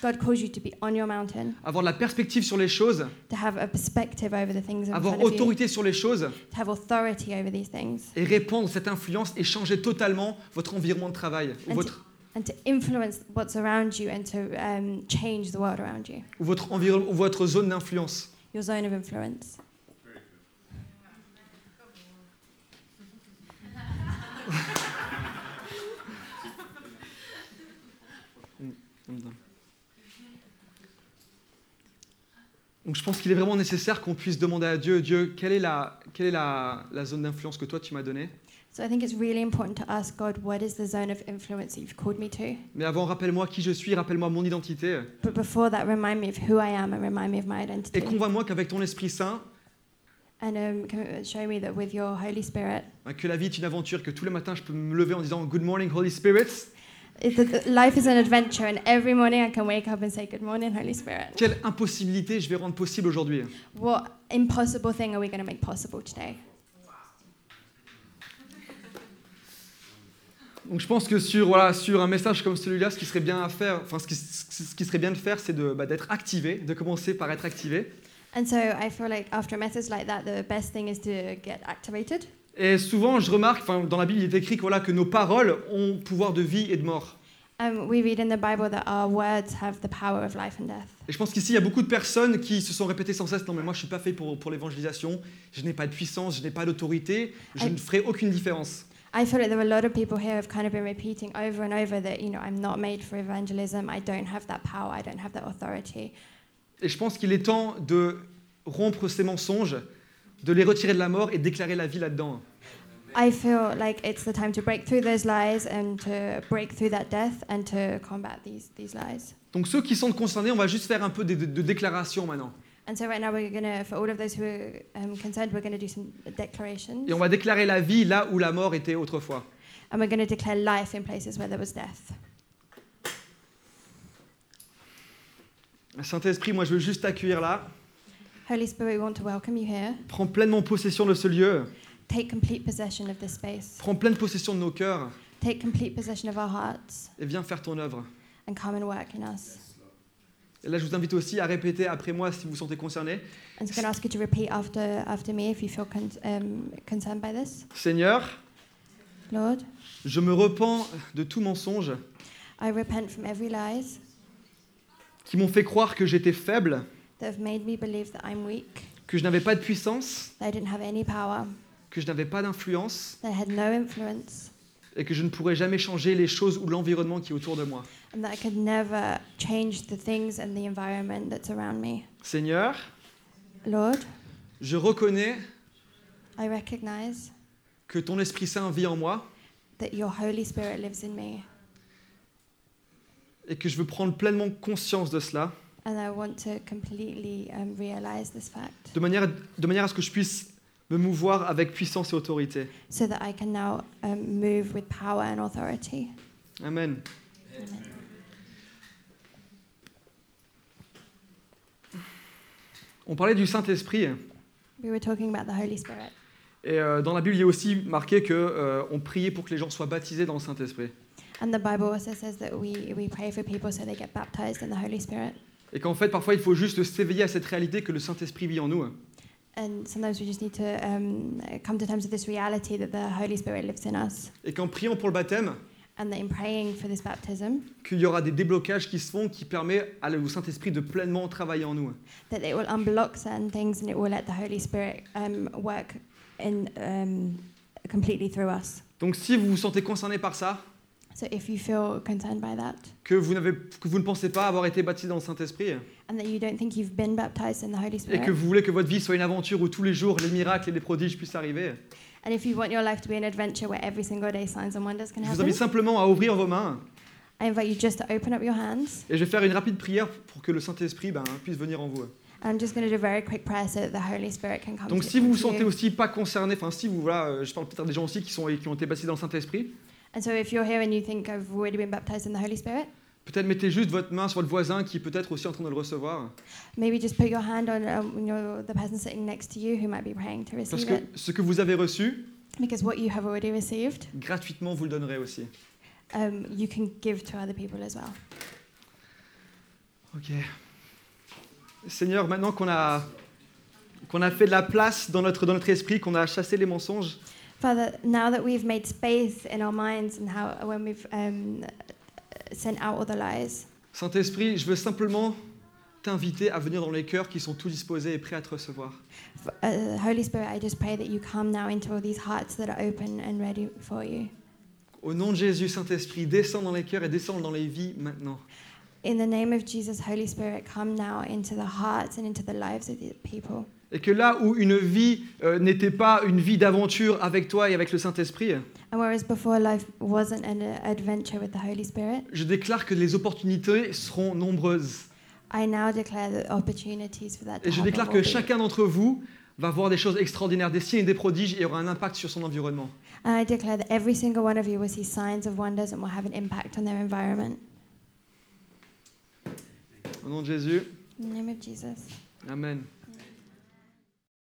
[SPEAKER 2] God calls you to be on your mountain,
[SPEAKER 3] avoir de la perspective sur les choses,
[SPEAKER 2] to have a perspective over the things in
[SPEAKER 3] avoir
[SPEAKER 2] front of you,
[SPEAKER 3] autorité sur les choses
[SPEAKER 2] to have authority over these things,
[SPEAKER 3] et répandre cette influence et changer totalement votre environnement de travail ou
[SPEAKER 2] And
[SPEAKER 3] votre,
[SPEAKER 2] and to influence what's around you and to um, change the world around you,
[SPEAKER 3] ou votre, environ- ou votre zone d'influence.
[SPEAKER 2] your zone of influence.
[SPEAKER 3] Donc je pense qu'il est vraiment nécessaire qu'on puisse demander à Dieu, Dieu, quelle est la, quelle est la, la zone d'influence que toi tu m'as donnée
[SPEAKER 2] So I think it's really important to ask God, what is the zone of influence that you've called me to?
[SPEAKER 3] Mais avant, rappelle-moi qui je suis, rappelle-moi mon identité
[SPEAKER 2] But before that, remind me of who I am and remind me of my
[SPEAKER 3] et
[SPEAKER 2] identity.
[SPEAKER 3] convainc-moi qu'avec ton Esprit Saint,
[SPEAKER 2] And um, can- show me that with your Holy Spirit,
[SPEAKER 3] bah, que la vie est une aventure, que tous les matins je peux me lever en disant Good morning Holy Spirit.
[SPEAKER 2] it, that that life is an adventure, and every morning I can wake up and say, Good morning, Holy Spirit.
[SPEAKER 3] Quelle impossibilité je vais rendre possible aujourd'hui
[SPEAKER 2] What impossible thing are we going to make possible today?
[SPEAKER 3] Donc je pense que sur, voilà, sur un message comme celui-là, ce qui serait bien à faire, enfin ce qui, ce qui serait bien de faire, c'est de, bah, d'être activé, de commencer par être activé.
[SPEAKER 2] And so I feel like after a message like that, the best thing is to get activated.
[SPEAKER 3] Et souvent, je remarque, enfin, dans la Bible, il est écrit que, voilà, que nos paroles ont pouvoir de vie et de mort.
[SPEAKER 2] Um, we read in the Bible that our words have the power of life and death.
[SPEAKER 3] Et je pense qu'ici, il y a beaucoup de personnes qui se sont répétées sans cesse Non, mais moi, je ne suis pas fait pour, pour l'évangélisation, je n'ai pas de puissance, je n'ai pas d'autorité, je
[SPEAKER 2] Ah.
[SPEAKER 3] ne ferai aucune différence.
[SPEAKER 2] I feel like there were a lot of people here who've kind of been repeating over and over that, you know, I'm not made for evangelism, I don't have that power, I don't have that authority.
[SPEAKER 3] Et je pense qu'il est temps de rompre ces mensonges, de les retirer de la mort et déclarer la vie là-dedans.
[SPEAKER 2] I feel like it's the time to break through those lies and to break through that death and to combat these, these lies.
[SPEAKER 3] Donc, ceux qui sont concernés, on va juste faire un peu de, de- de déclarations maintenant.
[SPEAKER 2] And so right now we're going to, for all of those who are um, concerned, we're going to do some declarations.
[SPEAKER 3] Et on va déclarer la vie là où la mort était autrefois.
[SPEAKER 2] And we're going to declare life in places where there was death.
[SPEAKER 3] Saint-Esprit, moi, je veux juste t'accueillir là.
[SPEAKER 2] Holy Spirit, we want to welcome you here.
[SPEAKER 3] Prends pleinement possession de ce lieu.
[SPEAKER 2] Take complete possession of this space.
[SPEAKER 3] Prends pleine possession de nos cœurs
[SPEAKER 2] Take complete possession of our hearts
[SPEAKER 3] et viens faire ton œuvre.
[SPEAKER 2] and come and work in us.
[SPEAKER 3] Et là, je vous invite aussi à répéter après moi si vous vous sentez concerné.
[SPEAKER 2] I'm just going to ask you to repeat after, after me if you feel con- um, concerned by this.
[SPEAKER 3] Seigneur,
[SPEAKER 2] Lord,
[SPEAKER 3] je me repens de tout mensonge
[SPEAKER 2] I repent from every lies
[SPEAKER 3] qui m'ont fait croire que j'étais faible,
[SPEAKER 2] that have made me believe that I'm weak,
[SPEAKER 3] que je n'avais pas de puissance,
[SPEAKER 2] that I didn't have any power,
[SPEAKER 3] que je n'avais pas d'influence
[SPEAKER 2] that I had no influence,
[SPEAKER 3] et que je ne pourrais jamais changer les choses ou l'environnement qui est autour de moi.
[SPEAKER 2] and that I could never change the things and the environment that's around me.
[SPEAKER 3] Seigneur,
[SPEAKER 2] Lord,
[SPEAKER 3] je reconnais
[SPEAKER 2] I recognize
[SPEAKER 3] que ton Esprit Saint vit en moi
[SPEAKER 2] that your Holy Spirit lives in me,
[SPEAKER 3] et que je veux prendre pleinement conscience de cela,
[SPEAKER 2] and I want to completely um, realize this fact
[SPEAKER 3] de manière, de manière à ce que je puisse me mouvoir avec puissance et autorité.
[SPEAKER 2] so that I can now um, move with power and authority.
[SPEAKER 3] Amen. On parlait du Saint-Esprit.
[SPEAKER 2] We were talking about the Holy Spirit.
[SPEAKER 3] Et euh, dans la Bible, il est aussi marqué que euh, on priait pour que les gens soient baptisés dans le Saint-Esprit.
[SPEAKER 2] And the Bible also says that we, we pray for people so they get baptized in the Holy Spirit.
[SPEAKER 3] Et qu'en fait, parfois, il faut juste s'éveiller à cette réalité que le Saint-Esprit vit en nous. hein.
[SPEAKER 2] And sometimes we just need to um, come to terms with this reality that the Holy Spirit lives in us.
[SPEAKER 3] Et qu'en priant pour le baptême,
[SPEAKER 2] And that in praying for this baptism,
[SPEAKER 3] qu'il y aura des déblocages qui se font qui permettent à le- au Saint-Esprit de pleinement travailler en nous. hein.
[SPEAKER 2] that it will unblock certain things and it will let the Holy Spirit um, work in, um, completely through us.
[SPEAKER 3] Donc si vous vous sentez concerné par ça,
[SPEAKER 2] So if you feel concerned by that
[SPEAKER 3] que vous, n'avez- que vous ne pensez pas avoir été baptisé dans le Saint-Esprit,
[SPEAKER 2] and that you don't think you've been baptized in the Holy
[SPEAKER 3] et
[SPEAKER 2] Spirit,
[SPEAKER 3] que vous voulez que votre vie soit une aventure où tous les jours les miracles et les prodiges puissent arriver,
[SPEAKER 2] and if you want your life to be an adventure where every single day signs and wonders can
[SPEAKER 3] je vous
[SPEAKER 2] happen,
[SPEAKER 3] invite simplement à ouvrir vos mains
[SPEAKER 2] I invite you just to open up your hands.
[SPEAKER 3] et je vais faire une rapide prière pour que le Saint-Esprit ben, puisse venir en vous.
[SPEAKER 2] I'm just going to do a very quick prayer so that the Holy Spirit can come
[SPEAKER 3] Donc
[SPEAKER 2] to
[SPEAKER 3] si vous vous
[SPEAKER 2] to you.
[SPEAKER 3] sentez aussi pas concerné, enfin si vous, voilà, euh, je parle peut-être des gens aussi qui, sont, qui ont été baptisés dans le Saint-Esprit,
[SPEAKER 2] And so if you're here and you think I've already been baptized in the Holy Spirit,
[SPEAKER 3] peut-être mettez juste votre main sur le voisin qui est peut-être aussi en train de le recevoir.
[SPEAKER 2] maybe just put your hand on um, your, the person sitting next to you who might be praying to
[SPEAKER 3] Parce
[SPEAKER 2] receive
[SPEAKER 3] que
[SPEAKER 2] it.
[SPEAKER 3] ce que vous avez reçu,
[SPEAKER 2] Because what you have already received,
[SPEAKER 3] gratuitement, vous le donnerez aussi.
[SPEAKER 2] um, you can give to other people as well.
[SPEAKER 3] Ok. Seigneur, maintenant qu'on a, qu'on a fait de la place dans notre, dans notre esprit, qu'on a chassé les mensonges,
[SPEAKER 2] Father, now that we've made space in our minds and how when we've um, sent out all the lies,
[SPEAKER 3] Saint-Esprit, je veux simplement t'inviter à venir dans les cœurs qui sont tout disposés et prêts à te recevoir.
[SPEAKER 2] f- uh, Holy Spirit, I just pray that you come now into all these hearts that are open and ready for you.
[SPEAKER 3] Au nom de Jésus, Saint-Esprit, descends dans les cœurs et descends dans les vies maintenant.
[SPEAKER 2] In the name of Jesus, Holy Spirit, come now into the hearts and into the lives of the people.
[SPEAKER 3] Et que là où une vie euh, n'était pas une vie d'aventure avec toi et avec le Saint-Esprit,
[SPEAKER 2] And whereas before life wasn't an uh, adventure with the Holy Spirit,
[SPEAKER 3] je déclare que les opportunités seront nombreuses.
[SPEAKER 2] I now declare the opportunities for that to
[SPEAKER 3] Et je
[SPEAKER 2] happen
[SPEAKER 3] déclare
[SPEAKER 2] will
[SPEAKER 3] que
[SPEAKER 2] be.
[SPEAKER 3] chacun d'entre vous va voir des choses extraordinaires, des signes et des prodiges et aura un impact sur son environnement.
[SPEAKER 2] And I declare that every single one of you will see signs of wonders and will have an impact on their environment.
[SPEAKER 3] Au nom de Jésus,
[SPEAKER 2] In the name of Jesus.
[SPEAKER 3] Amen.